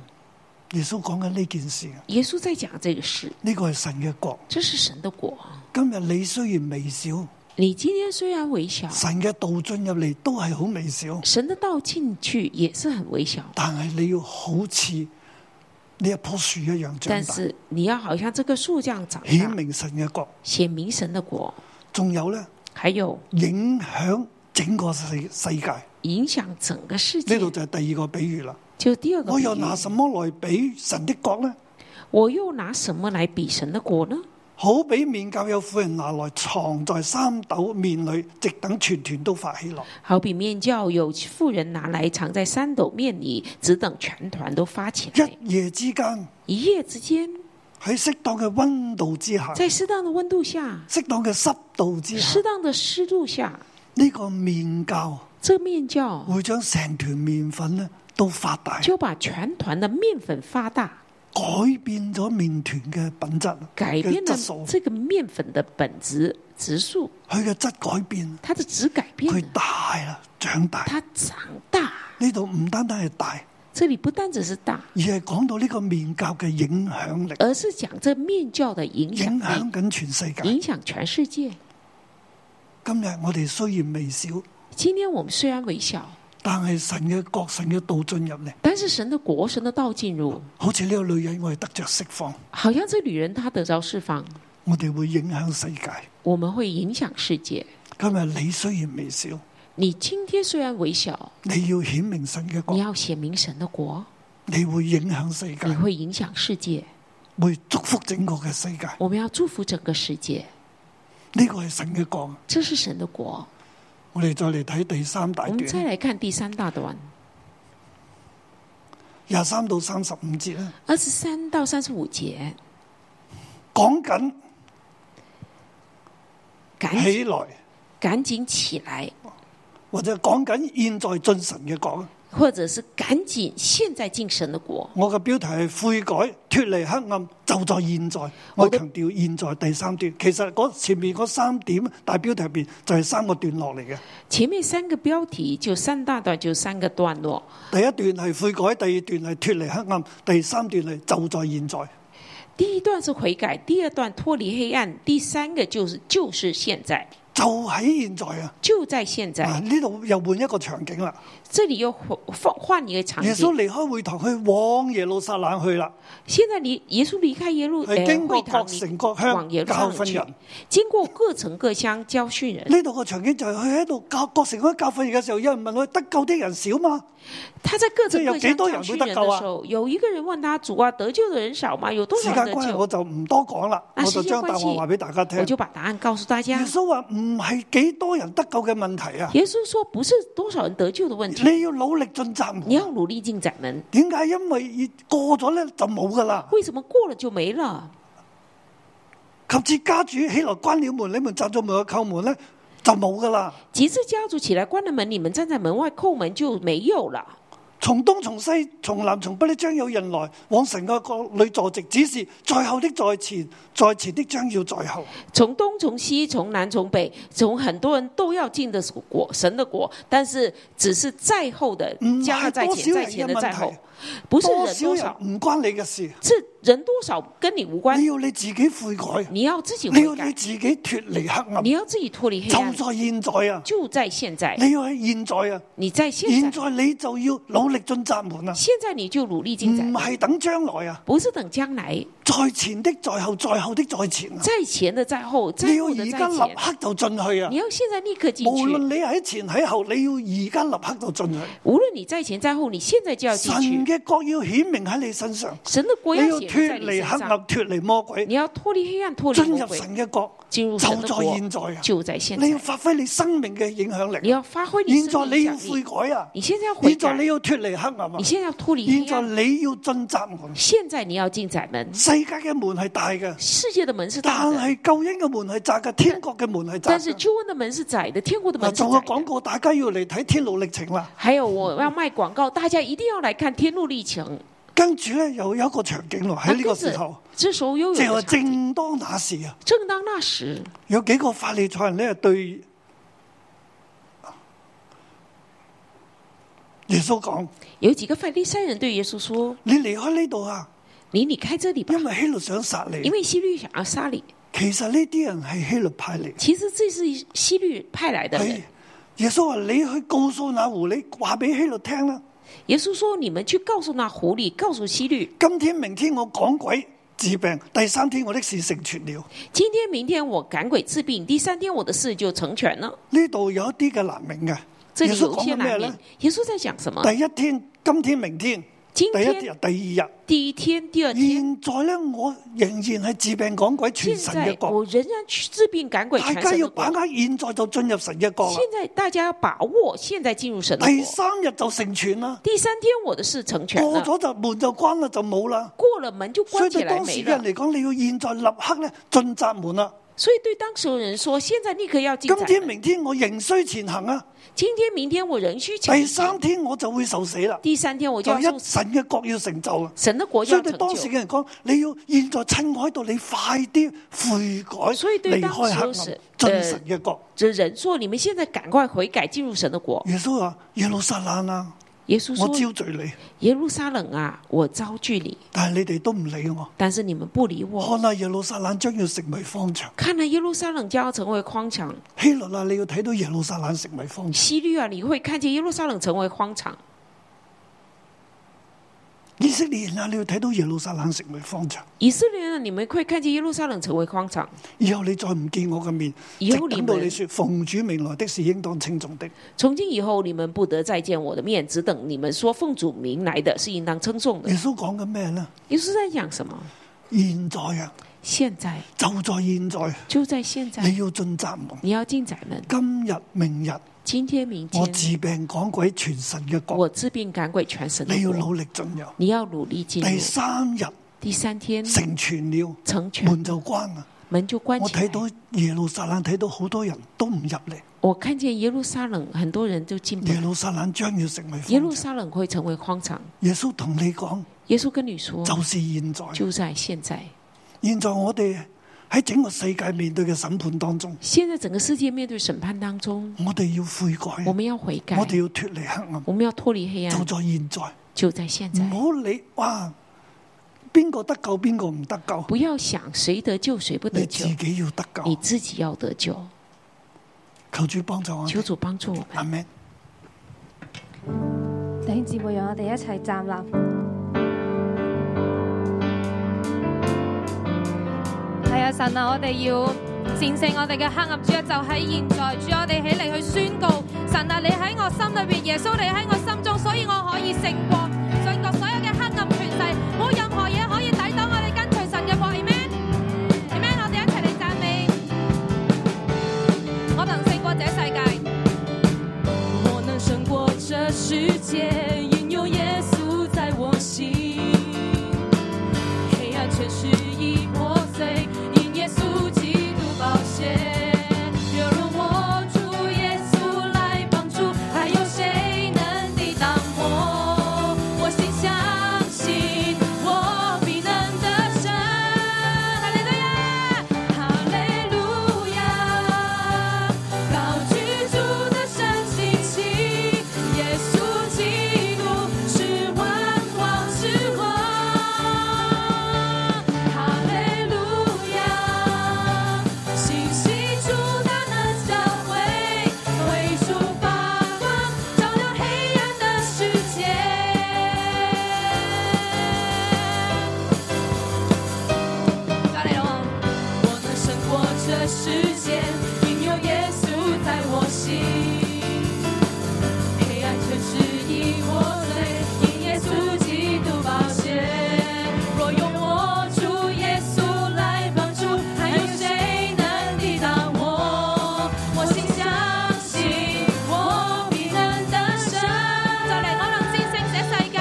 Speaker 2: 耶穌講緊呢件事，啊
Speaker 3: 耶稣在讲这个事，
Speaker 2: 呢個係神嘅國。
Speaker 3: 这是神的果。
Speaker 2: 今日你雖然微小，
Speaker 3: 你今天虽然微小，
Speaker 2: 神嘅道進入嚟都係好微小，
Speaker 3: 神的道进去也是很微小，
Speaker 2: 但係你要好似呢一棵樹一樣長
Speaker 3: 但
Speaker 2: 大，
Speaker 3: 是你要好像这个树这样长
Speaker 2: 顯
Speaker 3: 大，
Speaker 2: 明神嘅國。
Speaker 3: 显明神的果。
Speaker 2: 仲有呢。
Speaker 3: 还有
Speaker 2: 影響整個世世界。呢
Speaker 3: 影响整个世界，
Speaker 2: 度就係第二個比喻啦。
Speaker 3: 就第二个
Speaker 2: 我
Speaker 3: 比喻，
Speaker 2: 又拿什麼來比神的國呢？
Speaker 3: 我又拿什么来比神的果呢？
Speaker 2: 好比面教有婦人拿來藏在三斗面裏，直等全團都發起來。
Speaker 3: 好比面教有妇人拿来藏在三斗面里，只等全团都发起来。
Speaker 2: 一夜之間
Speaker 3: 一夜之间，
Speaker 2: 喺適當嘅温度之下，
Speaker 3: 在适当的温度下、
Speaker 2: 適當嘅濕度之下
Speaker 3: 适，当的湿度下，
Speaker 2: 呢、個面教
Speaker 3: 这面教
Speaker 2: 會將成團面粉咧都發大，
Speaker 3: 就把全团的面粉发大，
Speaker 2: 改變咗面團嘅品質，
Speaker 3: 改
Speaker 2: 嘅
Speaker 3: 变
Speaker 2: 質
Speaker 3: 了
Speaker 2: 素，
Speaker 3: 这个面粉的本质质数，
Speaker 2: 佢嘅質改變，
Speaker 3: 它的质改变
Speaker 2: 佢
Speaker 3: 了，
Speaker 2: 大啦，長大。
Speaker 3: 它长大。
Speaker 2: 呢度唔單單係大。
Speaker 3: 这里不单只是大，
Speaker 2: 而係講到呢個面教嘅影響力，
Speaker 3: 而是讲这面教的影响
Speaker 2: 影
Speaker 3: 力，
Speaker 2: 響緊全世界。
Speaker 3: 影响全世界。
Speaker 2: 今日我哋雖然微小，
Speaker 3: 今天我们虽然微小，
Speaker 2: 但係神嘅國、神嘅道進入嚟，
Speaker 3: 但是神的国、神的道进入，
Speaker 2: 好似呢個女人，我哋得着釋放，
Speaker 3: 好像这女人她得着释放，
Speaker 2: 我哋會影響世界。
Speaker 3: 我们会影响世界。
Speaker 2: 今日你雖然微小，
Speaker 3: 你今天虽然微小，
Speaker 2: 你要顯明神嘅
Speaker 3: 你
Speaker 2: 國，
Speaker 3: 要显明神的国，
Speaker 2: 你會影響世
Speaker 3: 你
Speaker 2: 界，
Speaker 3: 会影响世界。
Speaker 2: 會祝福整個嘅世界。
Speaker 3: 我们要祝福整个世界，
Speaker 2: 呢個係神嘅國。
Speaker 3: 这是神的国。
Speaker 2: 我哋再嚟睇第三大
Speaker 3: 我们再
Speaker 2: 段，
Speaker 3: 来看第三大段，
Speaker 2: 廿三到三十五節咧，
Speaker 3: 二十三到三十五节，
Speaker 2: 講緊
Speaker 3: 赶
Speaker 2: 起來，
Speaker 3: 赶紧起来，
Speaker 2: 或者講緊現在進神嘅國。啊
Speaker 3: 或者是赶紧现在进神的国。
Speaker 2: 我嘅標題係悔改脱離黑暗，就在現在。我
Speaker 3: 嘅
Speaker 2: 強調現在第三段，其實嗰前面嗰三點大標題入边就係三個段落嚟嘅。
Speaker 3: 前面三个标题就三大段，就三个段落。
Speaker 2: 第一段係悔改，第二段係脱離黑暗，第三段係就在現在。
Speaker 3: 第一段是悔改，第二段脱离黑暗，第三个就是就是现在，
Speaker 2: 就喺現在啊！
Speaker 3: 就在现在。
Speaker 2: 啊呢度又換一個場景啦。
Speaker 3: 这里又换换换一个场
Speaker 2: 耶穌
Speaker 3: 景，
Speaker 2: 離開會堂去往耶路撒冷去啦，
Speaker 3: 现在离耶稣离开耶路
Speaker 2: 係經
Speaker 3: 呃、
Speaker 2: 過
Speaker 3: 会
Speaker 2: 各
Speaker 3: 堂里，
Speaker 2: 城各
Speaker 3: 往耶
Speaker 2: 鄉
Speaker 3: 路
Speaker 2: 教嗯
Speaker 3: 撒冷
Speaker 2: 訓
Speaker 3: 去
Speaker 2: 人。，
Speaker 3: 经过各城各乡教训人。
Speaker 2: 呢度個場景就係佢喺度教各城嗰教訓人嘅時候，有人問佢得救的人少嘛？
Speaker 3: 他在各城各
Speaker 2: 即係有幾
Speaker 3: 乡
Speaker 2: 多人
Speaker 3: 教
Speaker 2: 會
Speaker 3: 训
Speaker 2: 得
Speaker 3: 人的
Speaker 2: 救啊
Speaker 3: 时候，有一个人问他：主啊，得救的人少吗？有多
Speaker 2: 時
Speaker 3: 少
Speaker 2: 間
Speaker 3: 人得
Speaker 2: 關係，
Speaker 3: 救？
Speaker 2: 我就唔多講啦，
Speaker 3: 啊
Speaker 2: 我就將答
Speaker 3: 時間
Speaker 2: 案
Speaker 3: 關係
Speaker 2: 話俾大家聽
Speaker 3: 我。就把答案告诉大
Speaker 2: 耶
Speaker 3: 家。
Speaker 2: 穌話唔係幾多人得救嘅問題啊，
Speaker 3: 耶稣说：不是多少人得救的问题，
Speaker 2: 你要努力進窄
Speaker 3: 你
Speaker 2: 門。
Speaker 3: 要努力进窄门。
Speaker 2: 點解？因為過咗咧就冇噶啦。
Speaker 3: 为什么过了就没了？
Speaker 2: 及至家主起來關了門，你們站咗門去叩門咧就冇噶啦。
Speaker 3: 几次家族起来关了门，你们站在门外叩门就没有了。
Speaker 2: 從東從西從南從北的將有人來，往神嘅國裏坐席。只是在後的在前，在前的將要在後。
Speaker 3: 从东从西从南从北，从很多人都要进的国神的国，但是只是在后的
Speaker 2: 嗯
Speaker 3: 加了在
Speaker 2: 多少
Speaker 3: 前，
Speaker 2: 人
Speaker 3: 在前的
Speaker 2: 的问
Speaker 3: 在
Speaker 2: 题
Speaker 3: 后，不是
Speaker 2: 多
Speaker 3: 人
Speaker 2: 少
Speaker 3: 多
Speaker 2: 人
Speaker 3: 少，
Speaker 2: 唔關你嘅事，
Speaker 3: 是人多少跟你无关
Speaker 2: 你，要你自己悔改，
Speaker 3: 你要自己
Speaker 2: 你
Speaker 3: 悔
Speaker 2: 要你
Speaker 3: 改，
Speaker 2: 自己脱離黑暗
Speaker 3: 你。要自己脱离黑暗，
Speaker 2: 就在現在啊！
Speaker 3: 就在现在，
Speaker 2: 你要喺現在啊！
Speaker 3: 你在现
Speaker 2: 現
Speaker 3: 在，
Speaker 2: 在你就要努力進窄門啊！
Speaker 3: 现在你就努力进
Speaker 2: 唔
Speaker 3: 展，
Speaker 2: 係等將來啊！
Speaker 3: 不是等将来，
Speaker 2: 在前的在後，在後的在前啊！
Speaker 3: 在前的在后，在
Speaker 2: 你要
Speaker 3: 后的
Speaker 2: 而
Speaker 3: 在
Speaker 2: 家立
Speaker 3: 前，
Speaker 2: 刻就進去啊
Speaker 3: 你！要现在立刻进
Speaker 2: 無
Speaker 3: 去
Speaker 2: 論。你喺前喺後，你要而家立刻就進去。
Speaker 3: 无论你在前在后，你现在就要进
Speaker 2: 神
Speaker 3: 去。
Speaker 2: 嘅國要顯明喺你身上，
Speaker 3: 神的国
Speaker 2: 你
Speaker 3: 要
Speaker 2: 要
Speaker 3: 显
Speaker 2: 脱
Speaker 3: 明在你
Speaker 2: 離
Speaker 3: 身
Speaker 2: 黑
Speaker 3: 上，
Speaker 2: 暗，脱離魔鬼，
Speaker 3: 你要脱离黑暗，脱离
Speaker 2: 進
Speaker 3: 魔
Speaker 2: 入
Speaker 3: 鬼，
Speaker 2: 神嘅國，
Speaker 3: 进入
Speaker 2: 就
Speaker 3: 神的
Speaker 2: 在
Speaker 3: 国，
Speaker 2: 現在啊！
Speaker 3: 就在现在
Speaker 2: 你。要發揮你生命嘅影響
Speaker 3: 你
Speaker 2: 力。
Speaker 3: 要发挥你
Speaker 2: 現
Speaker 3: 生
Speaker 2: 在
Speaker 3: 命
Speaker 2: 你
Speaker 3: 影
Speaker 2: 要
Speaker 3: 响
Speaker 2: 悔
Speaker 3: 力。
Speaker 2: 改啊！
Speaker 3: 你现在要悔
Speaker 2: 現在
Speaker 3: 改，
Speaker 2: 你要脱離黑暗啊！
Speaker 3: 你现在要脱离
Speaker 2: 現
Speaker 3: 黑
Speaker 2: 在
Speaker 3: 暗，
Speaker 2: 你要進窄門。
Speaker 3: 现在你要进窄门。
Speaker 2: 世界嘅門係大嘅，
Speaker 3: 世界的门是大
Speaker 2: 但
Speaker 3: 的，
Speaker 2: 係救恩嘅門係窄嘅，天國嘅門係窄
Speaker 3: 但是
Speaker 2: 嘅。
Speaker 3: 救恩的门是窄的，天国的
Speaker 2: 嗱，
Speaker 3: 门是
Speaker 2: 做個
Speaker 3: 窄
Speaker 2: 廣
Speaker 3: 的。
Speaker 2: 告，大家要嚟睇《天路歷程》啦。
Speaker 3: 还有，我要卖广告，大家一定要来看《天路历程》。
Speaker 2: 跟住咧，又有一個場景咯，喺呢個時候，
Speaker 3: 这时候又有
Speaker 2: 即係話
Speaker 3: 个场景
Speaker 2: 正當那時啊，
Speaker 3: 正当那时，
Speaker 2: 有幾個法利賽人咧對耶穌講：
Speaker 3: 有几个法利赛人对耶稣说
Speaker 2: 你離開呢度啊，：“
Speaker 3: 你离开这里吧，
Speaker 2: 因為希律想殺
Speaker 3: 因
Speaker 2: 你。
Speaker 3: 为希律想要杀你。”
Speaker 2: 其實呢啲人係希律派嚟，
Speaker 3: 其实这是希律派来的人
Speaker 2: 係。耶穌話：你去告訴那狐狸，話俾希律聽啦。
Speaker 3: 耶稣说：“你们去告诉那狐狸，告诉希律，
Speaker 2: 今天、明天我趕鬼治病，第三天我的事成全了。
Speaker 3: 今天、明天我赶鬼治病，第三天我的事就成全了。
Speaker 2: 呢度有一啲嘅難明嘅，”
Speaker 3: 这
Speaker 2: 耶
Speaker 3: 里
Speaker 2: 穌
Speaker 3: 有一
Speaker 2: 講
Speaker 3: 些
Speaker 2: 緊咩
Speaker 3: 难
Speaker 2: 咧
Speaker 3: 免？。耶稣在讲什么？
Speaker 2: 第一天、今天、明天，
Speaker 3: 今
Speaker 2: 第一
Speaker 3: 天
Speaker 2: 日、、第二日。
Speaker 3: 第一天、第二天，
Speaker 2: 現在咧，我仍然係治病趕鬼全
Speaker 3: 现
Speaker 2: 神嘅
Speaker 3: 在
Speaker 2: 國，
Speaker 3: 我仍然去治病赶鬼
Speaker 2: 大
Speaker 3: 传
Speaker 2: 家
Speaker 3: 神
Speaker 2: 要
Speaker 3: 的
Speaker 2: 把
Speaker 3: 国。
Speaker 2: 握現在就進入神嘅國啦
Speaker 3: 现。在大家要把握，现在进入神的
Speaker 2: 第
Speaker 3: 国。
Speaker 2: 三日就成全啦，
Speaker 3: 第三天我的事成全
Speaker 2: 過
Speaker 3: 了，
Speaker 2: 咗就門就關啦，就冇啦。
Speaker 3: 过了门就
Speaker 2: 所以
Speaker 3: 关起
Speaker 2: 對
Speaker 3: 来
Speaker 2: 當時
Speaker 3: 没
Speaker 2: 嘅人
Speaker 3: 了。
Speaker 2: 嚟講，你要現在立刻咧進閘門啦。
Speaker 3: 所以对当时的人说，现在立刻要进
Speaker 2: 今
Speaker 3: 展。
Speaker 2: 天、明天我仍需前行啊，
Speaker 3: 今天、明天我仍需前
Speaker 2: 第
Speaker 3: 行
Speaker 2: 三天我就會受死啦。
Speaker 3: 第三天我就
Speaker 2: 就
Speaker 3: 要
Speaker 2: 一
Speaker 3: 受死。
Speaker 2: 神嘅國哦要成就啦。
Speaker 3: 神的国就
Speaker 2: 所以
Speaker 3: 要
Speaker 2: 對
Speaker 3: 成
Speaker 2: 當時
Speaker 3: 就
Speaker 2: 嘅。人講，你要現在趁我喺度，你快啲悔改，
Speaker 3: 所以對
Speaker 2: 離
Speaker 3: 當
Speaker 2: 開
Speaker 3: 時
Speaker 2: 黑暗，
Speaker 3: 有時
Speaker 2: 進神嘅國。
Speaker 3: 这人说：“你们现在赶快悔改，进入神的国。
Speaker 2: 耶穌話：耶路撒冷啊，”
Speaker 3: 耶稣
Speaker 2: 哦我
Speaker 3: 说
Speaker 2: 招罪你，：“
Speaker 3: 耶路撒冷啊，我招聚你，
Speaker 2: 但係你哋都唔理我。
Speaker 3: 但是你们不理我。
Speaker 2: 看啊，耶路撒冷將要成為荒場。
Speaker 3: 看来耶路撒冷将要成为荒场。
Speaker 2: 希律啊，你要睇到耶路撒冷成為荒場。
Speaker 3: 希律啊，你会看见耶路撒冷成为荒场。
Speaker 2: 以色列人啊，你要睇到耶路撒冷成為荒場。
Speaker 3: 以色列人啊，你们会看见耶路撒冷成为荒场。
Speaker 2: 以後你再唔見我嘅面，
Speaker 3: 以後
Speaker 2: 直等
Speaker 3: 你們
Speaker 2: 到你說奉主名來的是應當稱重的。
Speaker 3: 从今以后，你们不得再见我的面，只等你们说奉主名来的是应当称颂的
Speaker 2: 耶。穌講緊咩呢？
Speaker 3: 耶稣在讲什么？
Speaker 2: 現在啊，
Speaker 3: 现在
Speaker 2: 就在現在，
Speaker 3: 就在现在
Speaker 2: 你，要進窄門。
Speaker 3: 你要进窄门。
Speaker 2: 今日、明日，
Speaker 3: 今天、明
Speaker 2: 我
Speaker 3: 天，
Speaker 2: 治病趕鬼全神嘅國，
Speaker 3: 我治病赶鬼全神的
Speaker 2: 你要
Speaker 3: 国
Speaker 2: 努力進入。
Speaker 3: 你要努力进入
Speaker 2: 第。三日
Speaker 3: 第三天
Speaker 2: 成全了，
Speaker 3: 成全
Speaker 2: 門就關啦。啊
Speaker 3: 门就关
Speaker 2: 我
Speaker 3: 起来。
Speaker 2: 睇到耶路撒冷睇到好多人都唔入嚟，
Speaker 3: 我看见耶路撒冷很多人就进不
Speaker 2: 耶
Speaker 3: 来，
Speaker 2: 路撒冷將要成為
Speaker 3: 耶路
Speaker 2: 荒場。
Speaker 3: 撒冷会成为荒场。
Speaker 2: 耶穌同你講，
Speaker 3: 耶稣跟你说，
Speaker 2: 就是現在。
Speaker 3: 哦就在現在。
Speaker 2: 現在我哋喺整個世界面對嘅審判當中，
Speaker 3: 现在整个世界面对审判当中，
Speaker 2: 我哋要悔
Speaker 3: 我
Speaker 2: 改，
Speaker 3: 们要悔改，
Speaker 2: 嗯我哋要脱離黑暗，
Speaker 3: 我们要脱离黑
Speaker 2: 就
Speaker 3: 暗，
Speaker 2: 在嗯現在。
Speaker 3: 就在现在
Speaker 2: 唔。好理哇，邊個得救邊個唔得救，
Speaker 3: 不要想谁得救谁不
Speaker 2: 你
Speaker 3: 得救
Speaker 2: 自，己要得救
Speaker 3: 你。自己要得救。
Speaker 2: 求主幫助我
Speaker 3: 求
Speaker 2: 哋，
Speaker 3: 主帮助我
Speaker 2: 阿
Speaker 3: 们。
Speaker 2: 咩？
Speaker 4: 弟兄姊妹，讓我哋一齊站立。係啊，神啊，我哋要戰勝我哋嘅黑暗，主啊，就喺現在，主啊我哋起嚟去宣告，神啊，你喺我心裏邊，耶穌你喺我心中，所以我可以勝過，勝過所有嘅黑暗權勢，冇任何嘢可以抵擋我哋跟隨神嘅話，Amen，Amen，我哋一齊嚟讚美，我能勝過這世界。
Speaker 5: 我能胜过这世界，因有耶稣在我心。黑暗全是已破碎，因耶稣基督宝血。有如我主耶稣来帮助，还有谁能抵挡我？我心相信，我必能得胜。哈利路亚，哈利路亚，高举主的圣信息，耶稣基督是万王之王。哈利路亚，信息主大能教会，为主发光，照亮黑暗的世界。再来喽！我能胜过这世界，因有耶稣在我心。黑暗全是以我罪，因耶稣基督宝血。若有我主耶稣来帮助，还有谁能抵挡我？我心相信，我必能得胜。再来，我能战胜这世界。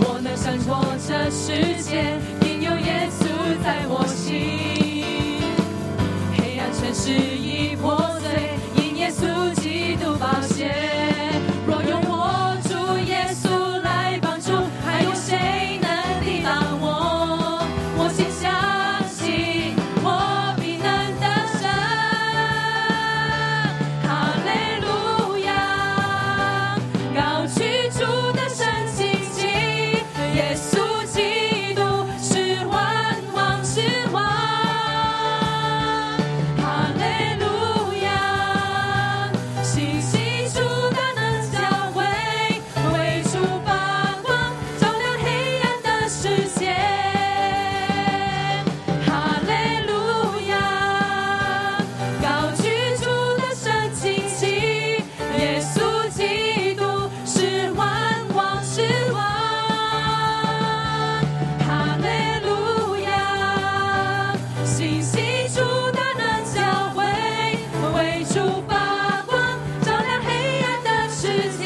Speaker 5: 我能胜过这世界，因有耶稣在我心。黑暗全是已破碎，因耶稣基督宝血。若有我主耶稣来帮助，还有谁能抵挡我？我心相信，我必能得胜。哈利路亚，高举主的圣信息，耶稣基督是万王之王。哈利路亚，信息主大能教会，为主发光，照亮黑暗的世界。哈利路亚，高举主的圣信息，耶稣基督是万王之王。哈利路亚，信息主大能教会，为主发光，照亮黑暗的世界。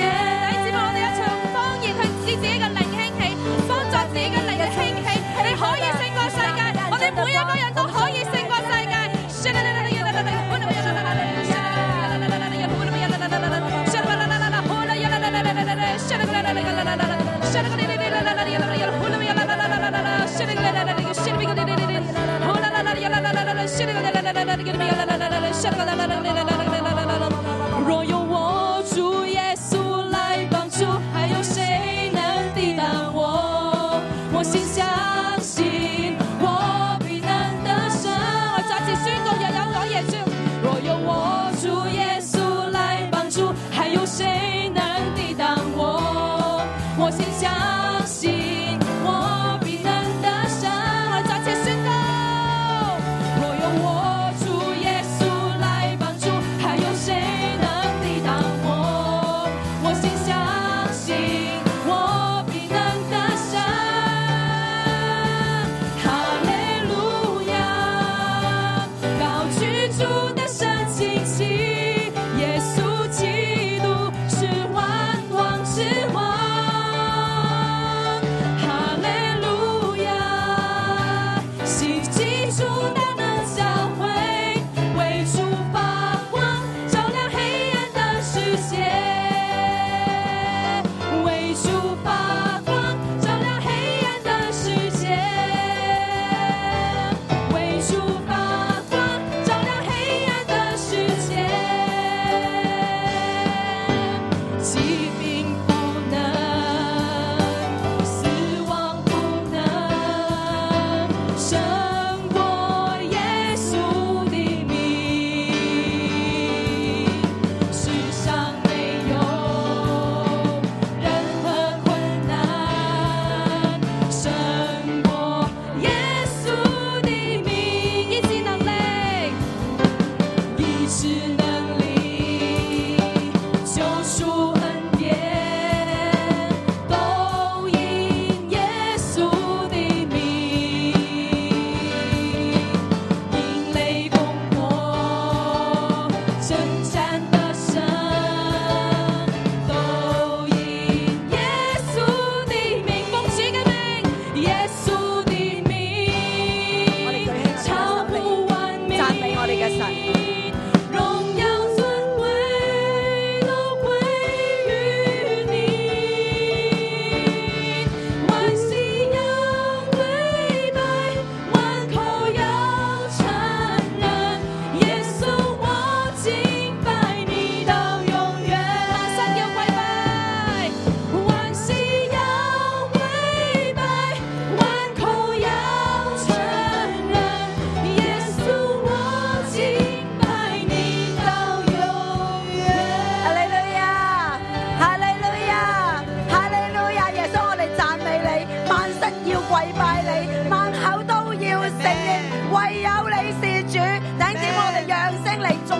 Speaker 5: 弟兄姊妹，我哋一齊用方言去使自己嘅靈興起，幫助自己嘅靈嘅興起。你可以勝過世界，我哋每一個人都可以勝過世界。若有我主耶稣来帮助，还有谁能抵挡我？我心相信，我必能得胜。我再次宣告，若有我耶稣，若有我主耶稣来帮助，还有谁能抵挡我？我心相信，我必能得胜。我再次宣告。若有我主耶稣来帮助，还有谁能抵挡我？我心相信，我必能得胜。哈利路亚，高举主的圣信息，耶稣基督是万王之王。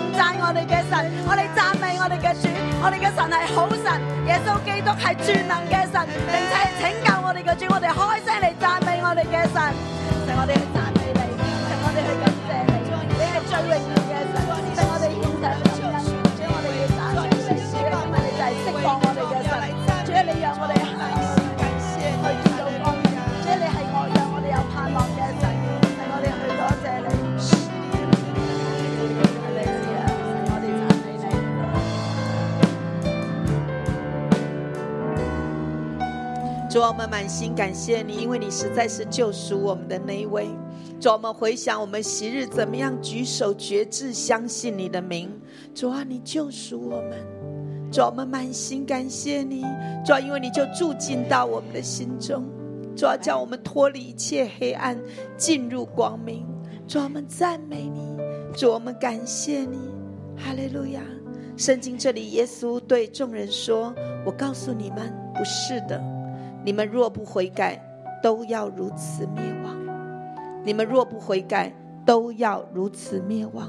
Speaker 6: 我哋赞美我哋嘅主，我哋嘅神系好神，耶稣基督系全能嘅神，并且係拯救我哋嘅主，我哋开声嚟赞美我哋嘅神，神我哋去赞美你，神我哋去感谢你，你系最荣耀嘅神，神我哋献上感恩，主我哋要赞美你，主因为你就系释放我哋嘅神，主你让我哋行去見到光，主你系我让我哋有盼望嘅神，神我哋去多谢你。我哋赞美你。
Speaker 7: 主啊，我们满心感谢你，因为你实在是救赎我们的那一位。主啊，我们回想我们昔日怎么样举手决志相信你的名。主啊，你救赎我们。主啊，我们满心感谢你。主啊，因为你就住进到我们的心中。主啊，叫我们脱离一切黑暗，进入光明。主啊，我们赞美你。主啊，我们感谢你。哈利路亚。圣经这里，耶稣对众人说：“我告诉你们，不是的。”你们若不悔改，都要如此灭亡。你们若不悔改，都要如此灭亡。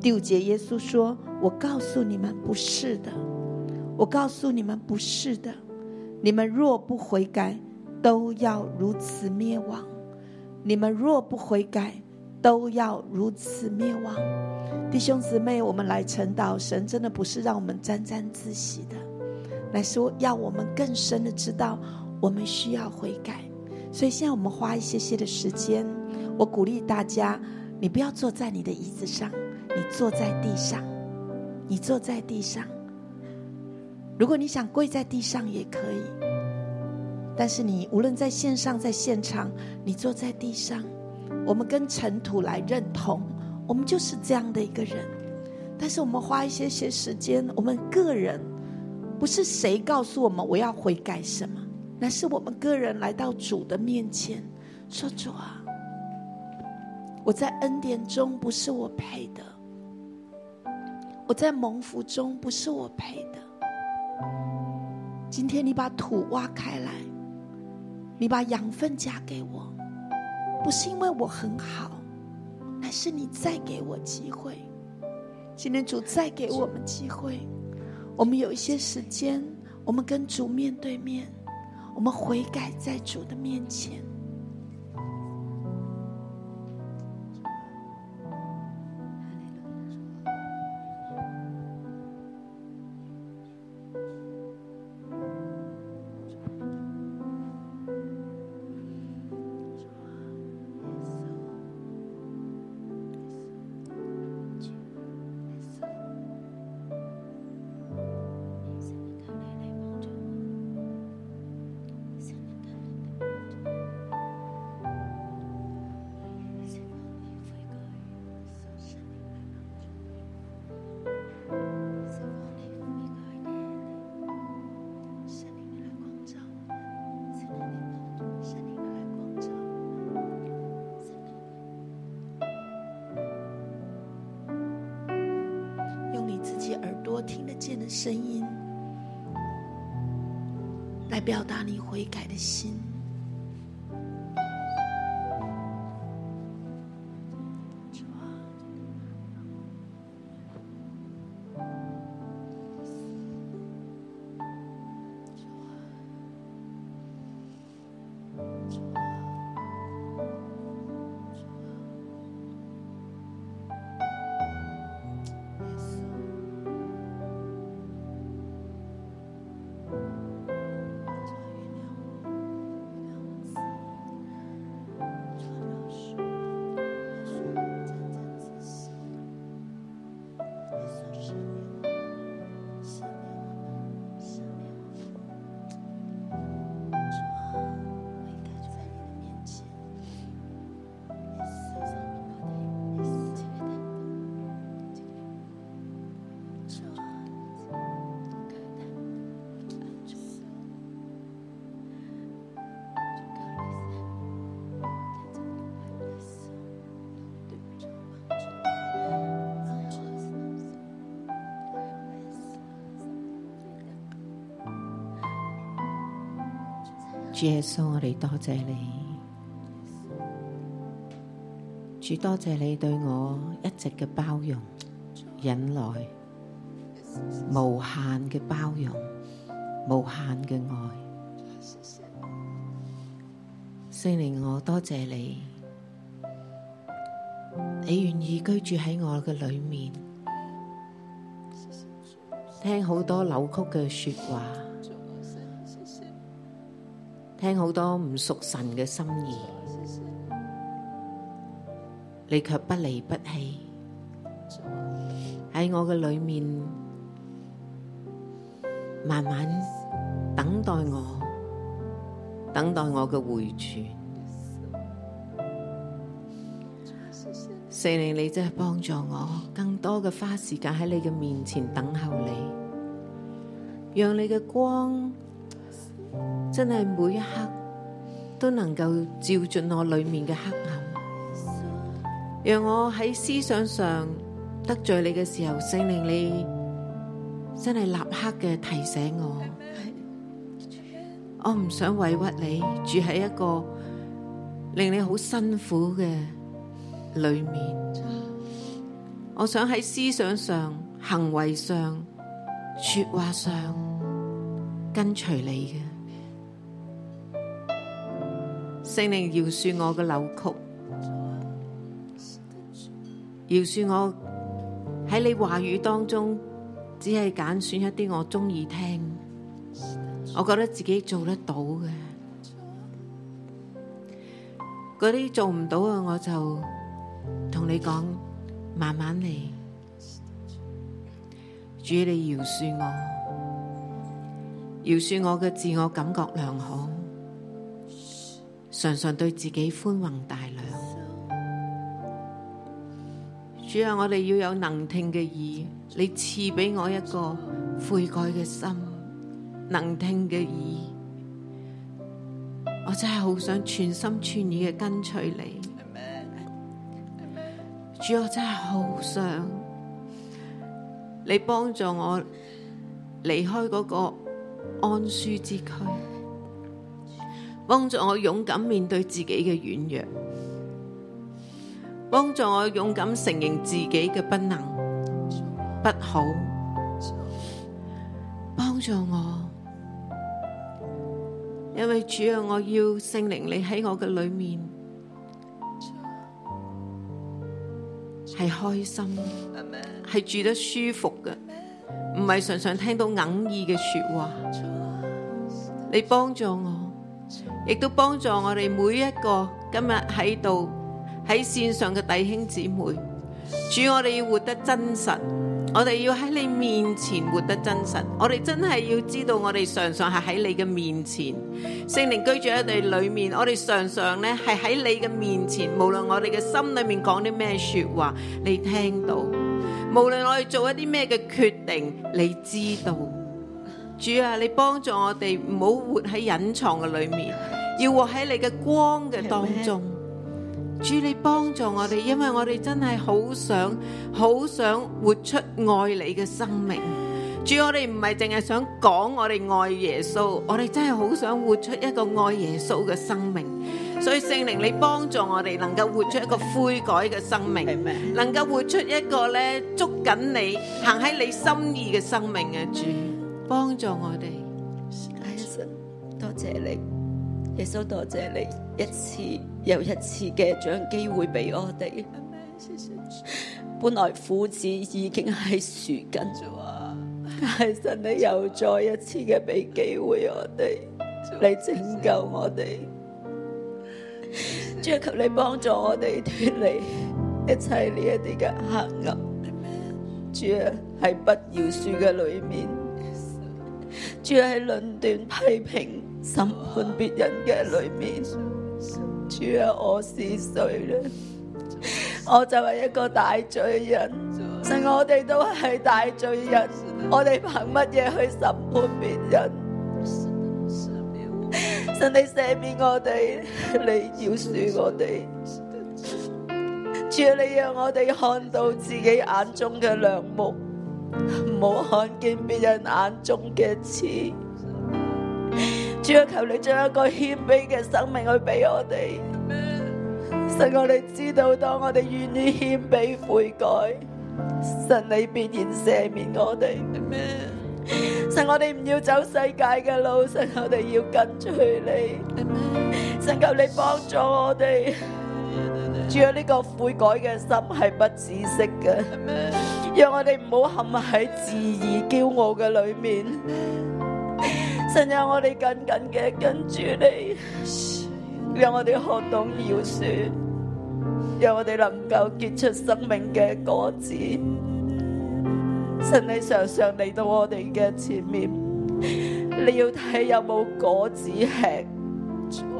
Speaker 7: 第五节，耶稣说：“我告诉你们，不是的。我告诉你们，不是的。你们若不悔改，都要如此灭亡。你们若不悔改，都要如此灭亡。”弟兄姊妹，我们来晨祷，神真的不是让我们沾沾自喜的。来说，要我们更深的知道我们需要悔改。所以现在我们花一些些的时间，我鼓励大家，你不要坐在你的椅子上，你坐在地上，你坐在地上。如果你想跪在地上也可以，但是你无论在线上在现场，你坐在地上，我们跟尘土来认同，我们就是这样的一个人。但是我们花一些些时间，我们个人不是谁告诉我们我要悔改什么，那是我们个人来到主的面前，说主啊，我在恩典中不是我配的，我在蒙福中不是我配的。今天你把土挖开来，你把养分加给我，不是因为我很好，乃是你再给我机会。今天主再给我们机会。我们有一些时间，我们跟主面对面，我们悔改在主的面前。用你自己耳朵听得见的声音，来表达你悔改的心。
Speaker 8: 主耶稣，我哋多谢你，主多谢你对我一直嘅包容、忍耐、
Speaker 9: 無限嘅包容，無限嘅愛。聖靈，我多謝你，你願意居住喺我嘅裏面，聽好多扭曲嘅說話，聽好多唔屬神嘅心意，你卻不離不棄。喺我嘅裏面，慢慢等待我，等待我嘅回轉。四靈，你真係幫助我，更多嘅花時間喺你嘅面前等候你，讓你嘅光真係每一刻都能夠照進我裏面嘅黑暗。让我喺思想上得罪你嘅时候，圣灵你真系立刻嘅提醒我，我唔想委屈你，住喺一个令你好辛苦嘅里面。我想喺思想上、行为上、说话上跟随你嘅圣灵饶恕我嘅扭曲。饶恕我喺你话语当中，只系拣选一啲我中意听，我觉得自己做得到嘅，嗰啲做唔到嘅，我就同你讲，慢慢嚟。主，你饶恕我，饶恕我嘅自我感觉良好，常常对自己宽宏大量。主啊，我哋要有能聽嘅耳，你賜俾我一個悔改嘅心，能聽嘅耳，我真係好想全心全意嘅跟隨你。主，我真係好想你幫助我離開嗰個安舒之區，幫助我勇敢面對自己嘅軟弱。帮助我勇敢承认自己嘅不能、不好，帮助我，因为主啊，我要圣灵你喺我嘅里面系开心，系住得舒服嘅，唔系常常听到哽耳嘅说话。你帮助我。亦都幫助我哋每一個今日喺度喺線上嘅弟兄姊妹。主，我哋要活得真實，我哋要喺你面前活得真實。我哋真係要知道，我哋常常係喺你嘅面前，聖靈居住喺你裏面。我哋常常咧係喺你嘅面前，無論我哋嘅心裏面講啲咩说話，你聽到；無論我哋做一啲咩嘅決定，你知道。主啊，你幫助我哋唔好活喺隱藏嘅裏面，要活喺你嘅光嘅當中。主你幫助我哋，因為我哋真係好想好想活出愛你嘅生命。主，我哋唔係淨係想講我哋愛耶穌，我哋真係好想活出一個愛耶穌嘅生命。所以聖靈，你幫助我哋能夠活出一個悔改嘅生命，能夠活出一個咧捉緊你行喺你心意嘅生命嘅主，幫助我哋。
Speaker 7: 阿神，多謝你，耶穌多謝你一次又一次嘅將機會俾我哋。本來苦子已經喺樹根咗啊，但係神你又再一次嘅俾機會我哋，你拯救我哋。主啊求你幫助我哋脱離一切呢一啲嘅黑暗。主啊，喺不饒恕嘅裏面。主喺論斷、批評、審判別人嘅裏面，主啊，我是誰呢？我就係一個大罪人，神，我哋都係大罪人，我哋憑乜嘢去審判別人？神，你赦免我哋，你饒恕我哋。主啊，你讓我哋看到自己眼中嘅良木。唔好看见别人眼中嘅刺。主啊，求你将一个谦卑嘅生命去俾我哋，使我哋知道，当我哋愿意谦卑悔改，神你必然赦免我哋。神我哋唔要走世界嘅路，神我哋要跟隨你。神求你幫助我哋。主啊，呢個悔改嘅心係不止息嘅，讓我哋唔好陷喺自義驕傲嘅裏面。神讓我哋緊緊嘅跟住你，讓我哋學懂饒恕，讓我哋能夠結出生命嘅果子。神你常常嚟到我哋嘅前面，你要睇有冇果子吃。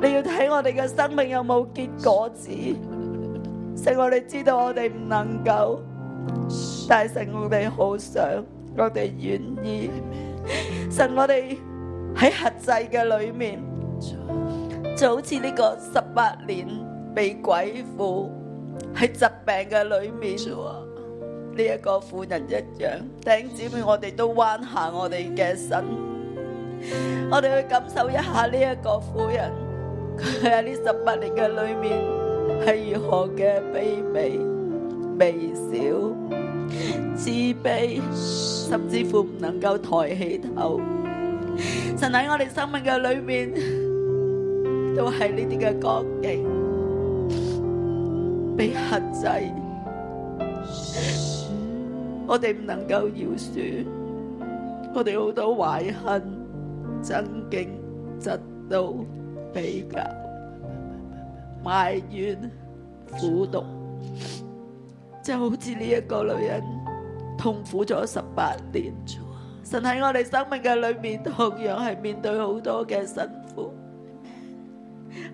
Speaker 7: 你要睇我哋嘅生命有冇結果子。神，我哋知道我哋唔能夠，但係神，我哋好想，我哋願意。神，我哋喺核制嘅裏面，就好似呢個十八年被鬼附喺疾病嘅裏面呢一個婦人一樣。弟兄姊妹，我哋都彎下我哋嘅身。我哋去感受一下呢一個婦人，佢喺呢十八年嘅裏面係如何嘅卑微、微小、自卑，甚至乎唔能夠抬起頭。神喺我哋生命嘅裏面，都係呢啲嘅角形被限制，我哋唔能夠饒恕，我哋好多懷恨。爭競、嫉妒、比較、埋怨、苦毒，就好似呢一個女人痛苦咗十八年。神喺我哋生命嘅裏面，同樣係面對好多嘅辛苦，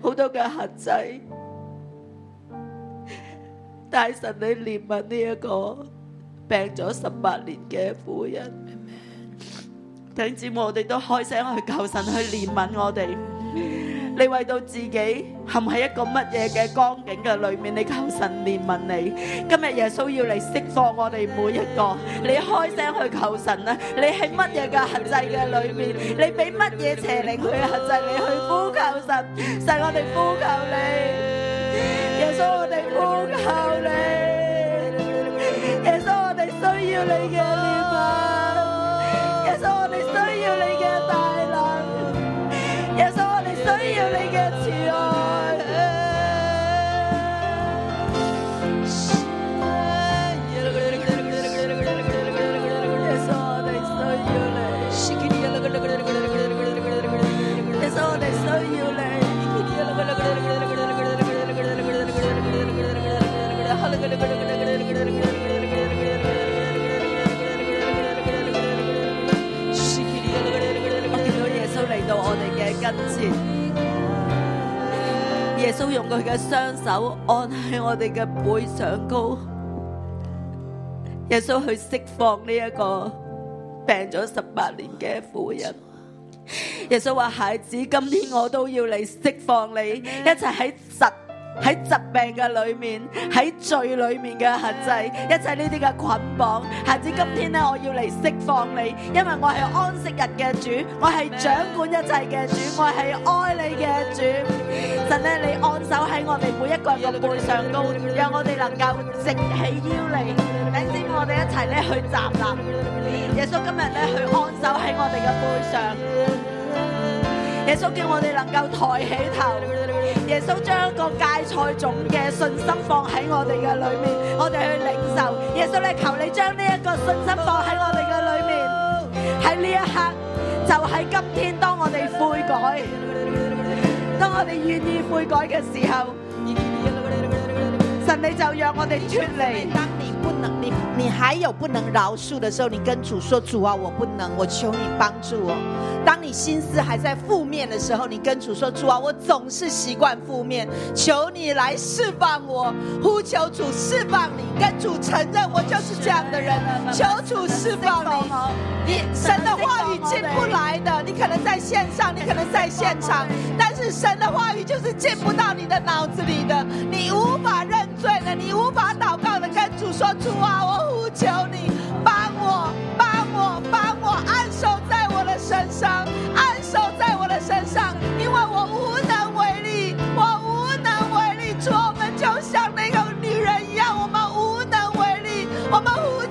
Speaker 7: 好多嘅限制。但係神，你憐憫呢一個病咗十八年嘅婦人。弟兄姊妹，我哋都開聲去求神去憐憫我哋。你為到自己陷喺一個乜嘢嘅光景嘅裏面，你求神憐憫你。今日耶穌要嚟釋放我哋每一個，你開聲去求神啦！你喺乜嘢嘅限制嘅裏面，你俾乜嘢邪靈去限制你去呼求神，神我哋呼求你，耶穌我哋呼求你，耶穌我哋需要你嘅憐憫。耶穌，我哋需要你嘅大能，耶穌，我哋需要你嘅慈愛。耶穌，我哋需要你。耶穌，我哋需要你。我見到耶穌嚟到我哋嘅跟前，耶穌用佢嘅雙手按喺我哋嘅背上高，耶穌去釋放呢一個病咗十八年嘅婦人。耶穌話：孩子，今天我都要嚟釋放你，一齊喺疾喺疾病嘅裏面，喺罪裏面嘅限制，一切呢啲嘅捆綁。孩子，今天咧我要嚟釋放你，因為我係安息日嘅主，我係掌管一切嘅主，我係愛你嘅主。神咧，你按手喺我哋每一個人嘅背上高，讓我哋能夠直起腰嚟。弟兄姊妹，我哋一齊咧去站立。耶穌今日咧去安手喺我哋嘅背上。耶穌叫我哋能夠抬起頭，耶穌將個芥菜種嘅信心放喺我哋嘅裏面，我哋去領受。耶穌咧，求你將呢一個信心放喺我哋嘅裏面，喺呢一刻，就喺今天，當我哋悔改，當我哋願意悔改嘅時候，神你就讓我哋脱離。
Speaker 6: 当你不能，你你还有不能饶恕的时候，你跟主说：“主啊，我不能，我求你帮助我。”当你心思还在负面的时候，你跟主说：“主啊，我总是习惯负面，求你来释放我，呼求主释放你，跟主承认我就是这样的人，求主释放你。”你神的话语进不来的，你可能在线上，你可能在现场，但是神的话语就是进不到你的脑子里的，你无法认罪了，你无法祷告的，跟主说：“主啊，我呼求你，帮我，帮我，帮我，按手在我的身上，按手在我的身上，因为我无能为力，我无能为力。主，我们就像那个女人一样，我们无能为力，我们无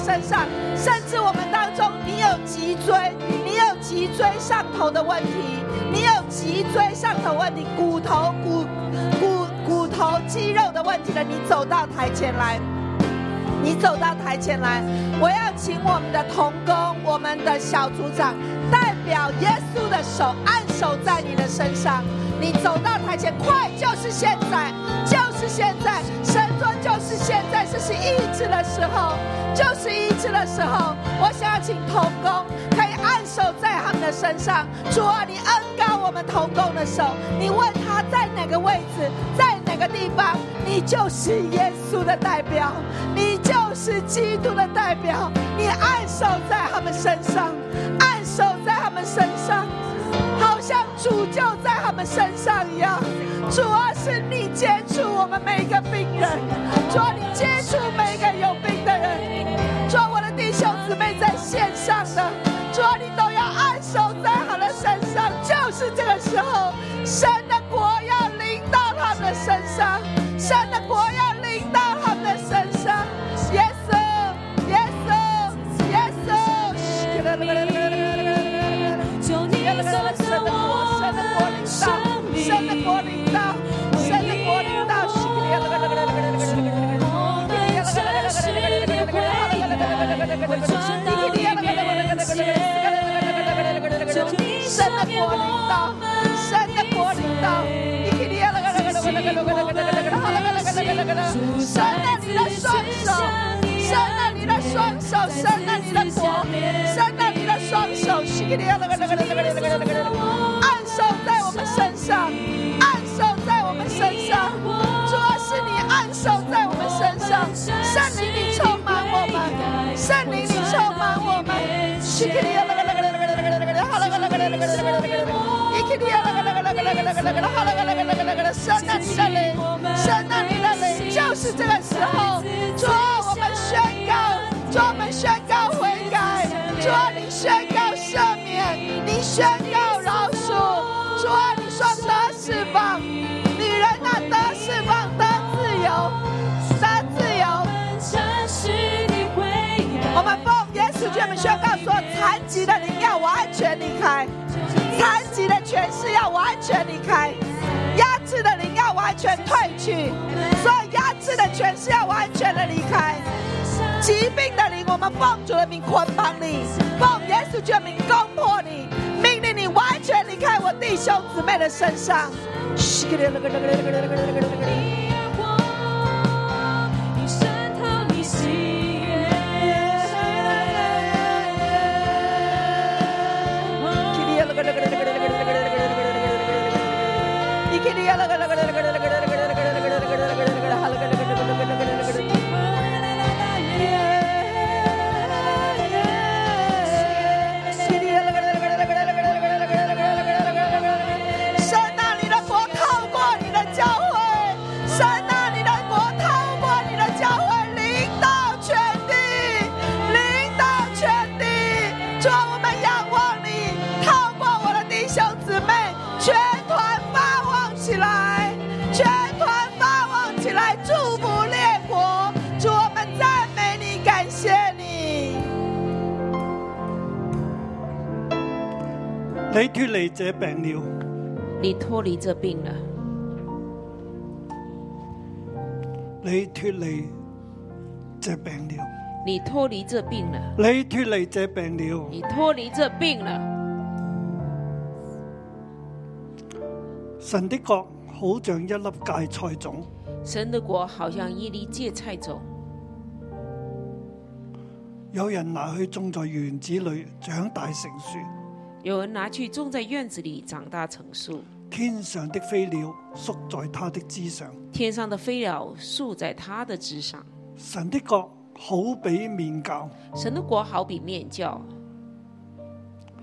Speaker 6: 身上，甚至我们当中，你有脊椎，你有脊椎上头的问题，你有脊椎上头问题，骨头骨骨骨头肌肉的问题了，你走到台前来。你走到台前来，我要请我们的童工、我们的小组长，代表耶稣的手按手在你的身上。你走到台前，快，就是现在，就是现在，神说就是现在，这是医治的时候，就是医治的时候。我想要请童工可以按手在他们的身上，主啊，你恩高我们童工的手，你问他在哪个位置，在哪个地方，你就是耶稣的代表，你就是基督的代表，你按手在他们身上，按手在他们身上，好像主就在他们身上一样。主啊，是你接触我们每一个病人，主啊，你接触每一个有病的人，主啊，我的弟兄姊妹在线上的，主啊，你都要按手在他的身上，就是这个时候，神的国要临到他们的身上，神的国要临到他们的身上。Yes, sir. Yes, sir. Yes,
Speaker 5: 求你做着我们
Speaker 6: sir.
Speaker 5: 生命，
Speaker 6: 神的国领到，神的国领到，神的国领到。
Speaker 5: 我们这世界会会转到你面前，求你赦
Speaker 6: 神的
Speaker 5: 免
Speaker 6: 国领
Speaker 5: 我
Speaker 6: 导，神的国领导，你给你了个那个那个那个那个那个那个那个那个神啊，你的双手，神啊，你的双手，神啊，你的国，神啊，你的双手，是给你了个那个那个那个那个那个那个，按手在我们身上，按手在我们身上，主要是你按手在我们身上，圣灵你充满我们，圣灵你充满我们，是给你了个那个那个那个那个那个。神啊，你的灵，神啊，你的灵，就是这个时候，主啊，我们宣告，主啊，我们宣告悔改，主啊，你宣告赦免，你宣告饶恕，主啊，你说得释放，女人啊，得释放，得自由，得自由。
Speaker 5: 们这世界会
Speaker 6: 我们奉耶稣基督的名宣告说，残疾的灵要我安全离开，残疾的权势要我安全离开，压制的灵要完全退去，所有压制的权势要完全的离开。疾病的灵，我们奉主的名捆绑你，奉耶稣基督的名攻破你，命令你完全离开我弟兄姊妹的身上。
Speaker 5: 一生讨你喜悦。
Speaker 6: 神啊，你的国透过你的教会，神啊，你的国透过你的教会，领导全地，领导全地。主啊，我们仰望你，透过我的弟兄姊妹，全团发旺起来，全团发旺起来，祝福列国。主，我们赞美你，感谢你。
Speaker 2: 你脱离这病了，
Speaker 3: 你脱离这病了，
Speaker 2: 你脱离这病了，
Speaker 3: 你脱离这病了，
Speaker 2: 你脱离这病了，
Speaker 3: 你脱离这病了。
Speaker 2: 神的国好像一粒芥菜种，
Speaker 3: 神的国好像一粒芥菜种，
Speaker 2: 有人拿去种在园子里，长大成树。
Speaker 3: 有人拿去种在院子里，长大成树。
Speaker 2: 天上的飞鸟宿在它的枝上。
Speaker 3: 天上的飞鸟宿在它的枝上。
Speaker 2: 神的国好比面教，
Speaker 3: 神的国好比面教，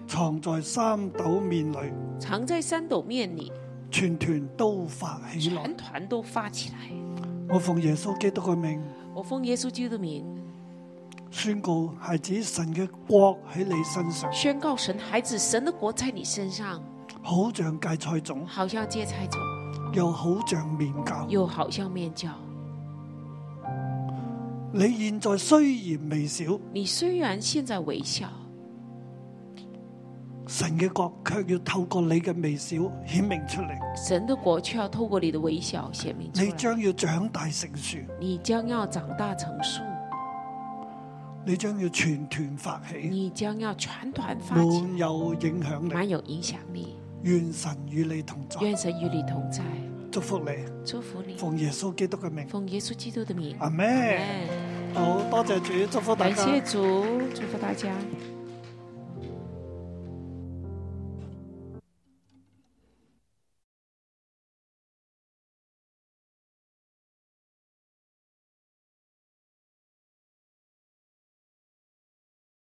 Speaker 2: 藏在三斗面里，
Speaker 3: 藏在三斗面里，
Speaker 2: 全团都发起来。
Speaker 3: 全团都发起来。
Speaker 2: 我奉耶稣基督嘅命
Speaker 3: 我奉耶稣基督的名
Speaker 2: 宣告，係指神嘅國喺你身上，
Speaker 3: 宣告神孩子，神的国在你身上，
Speaker 2: 好像芥菜種，
Speaker 3: 好像芥菜种，
Speaker 2: 又好像面教。
Speaker 3: 又好像面教。
Speaker 2: 你現在雖然微小，
Speaker 3: 你虽然现在微笑，
Speaker 2: 神嘅國卻要透過你嘅微小顯明出嚟。
Speaker 3: 神的国却要透过你的微笑显明出
Speaker 2: 你
Speaker 3: 来。
Speaker 2: 將要長大成樹，
Speaker 3: 你将要长大成树，
Speaker 2: 你將要全團發起，
Speaker 3: 你将要全团发起，
Speaker 2: 滿有影響力。
Speaker 3: 蛮有影响力。
Speaker 2: 願神與你同在，
Speaker 3: 愿神与你同在，
Speaker 2: 祝福你，
Speaker 3: 祝福你。
Speaker 2: 啊奉耶穌基督嘅名，
Speaker 3: 奉耶稣基督的名，
Speaker 2: 阿
Speaker 3: 阿
Speaker 2: 咩？
Speaker 3: 门。
Speaker 2: 好多謝主，祝福大
Speaker 3: 感
Speaker 2: 家。
Speaker 3: 谢主，祝福大家。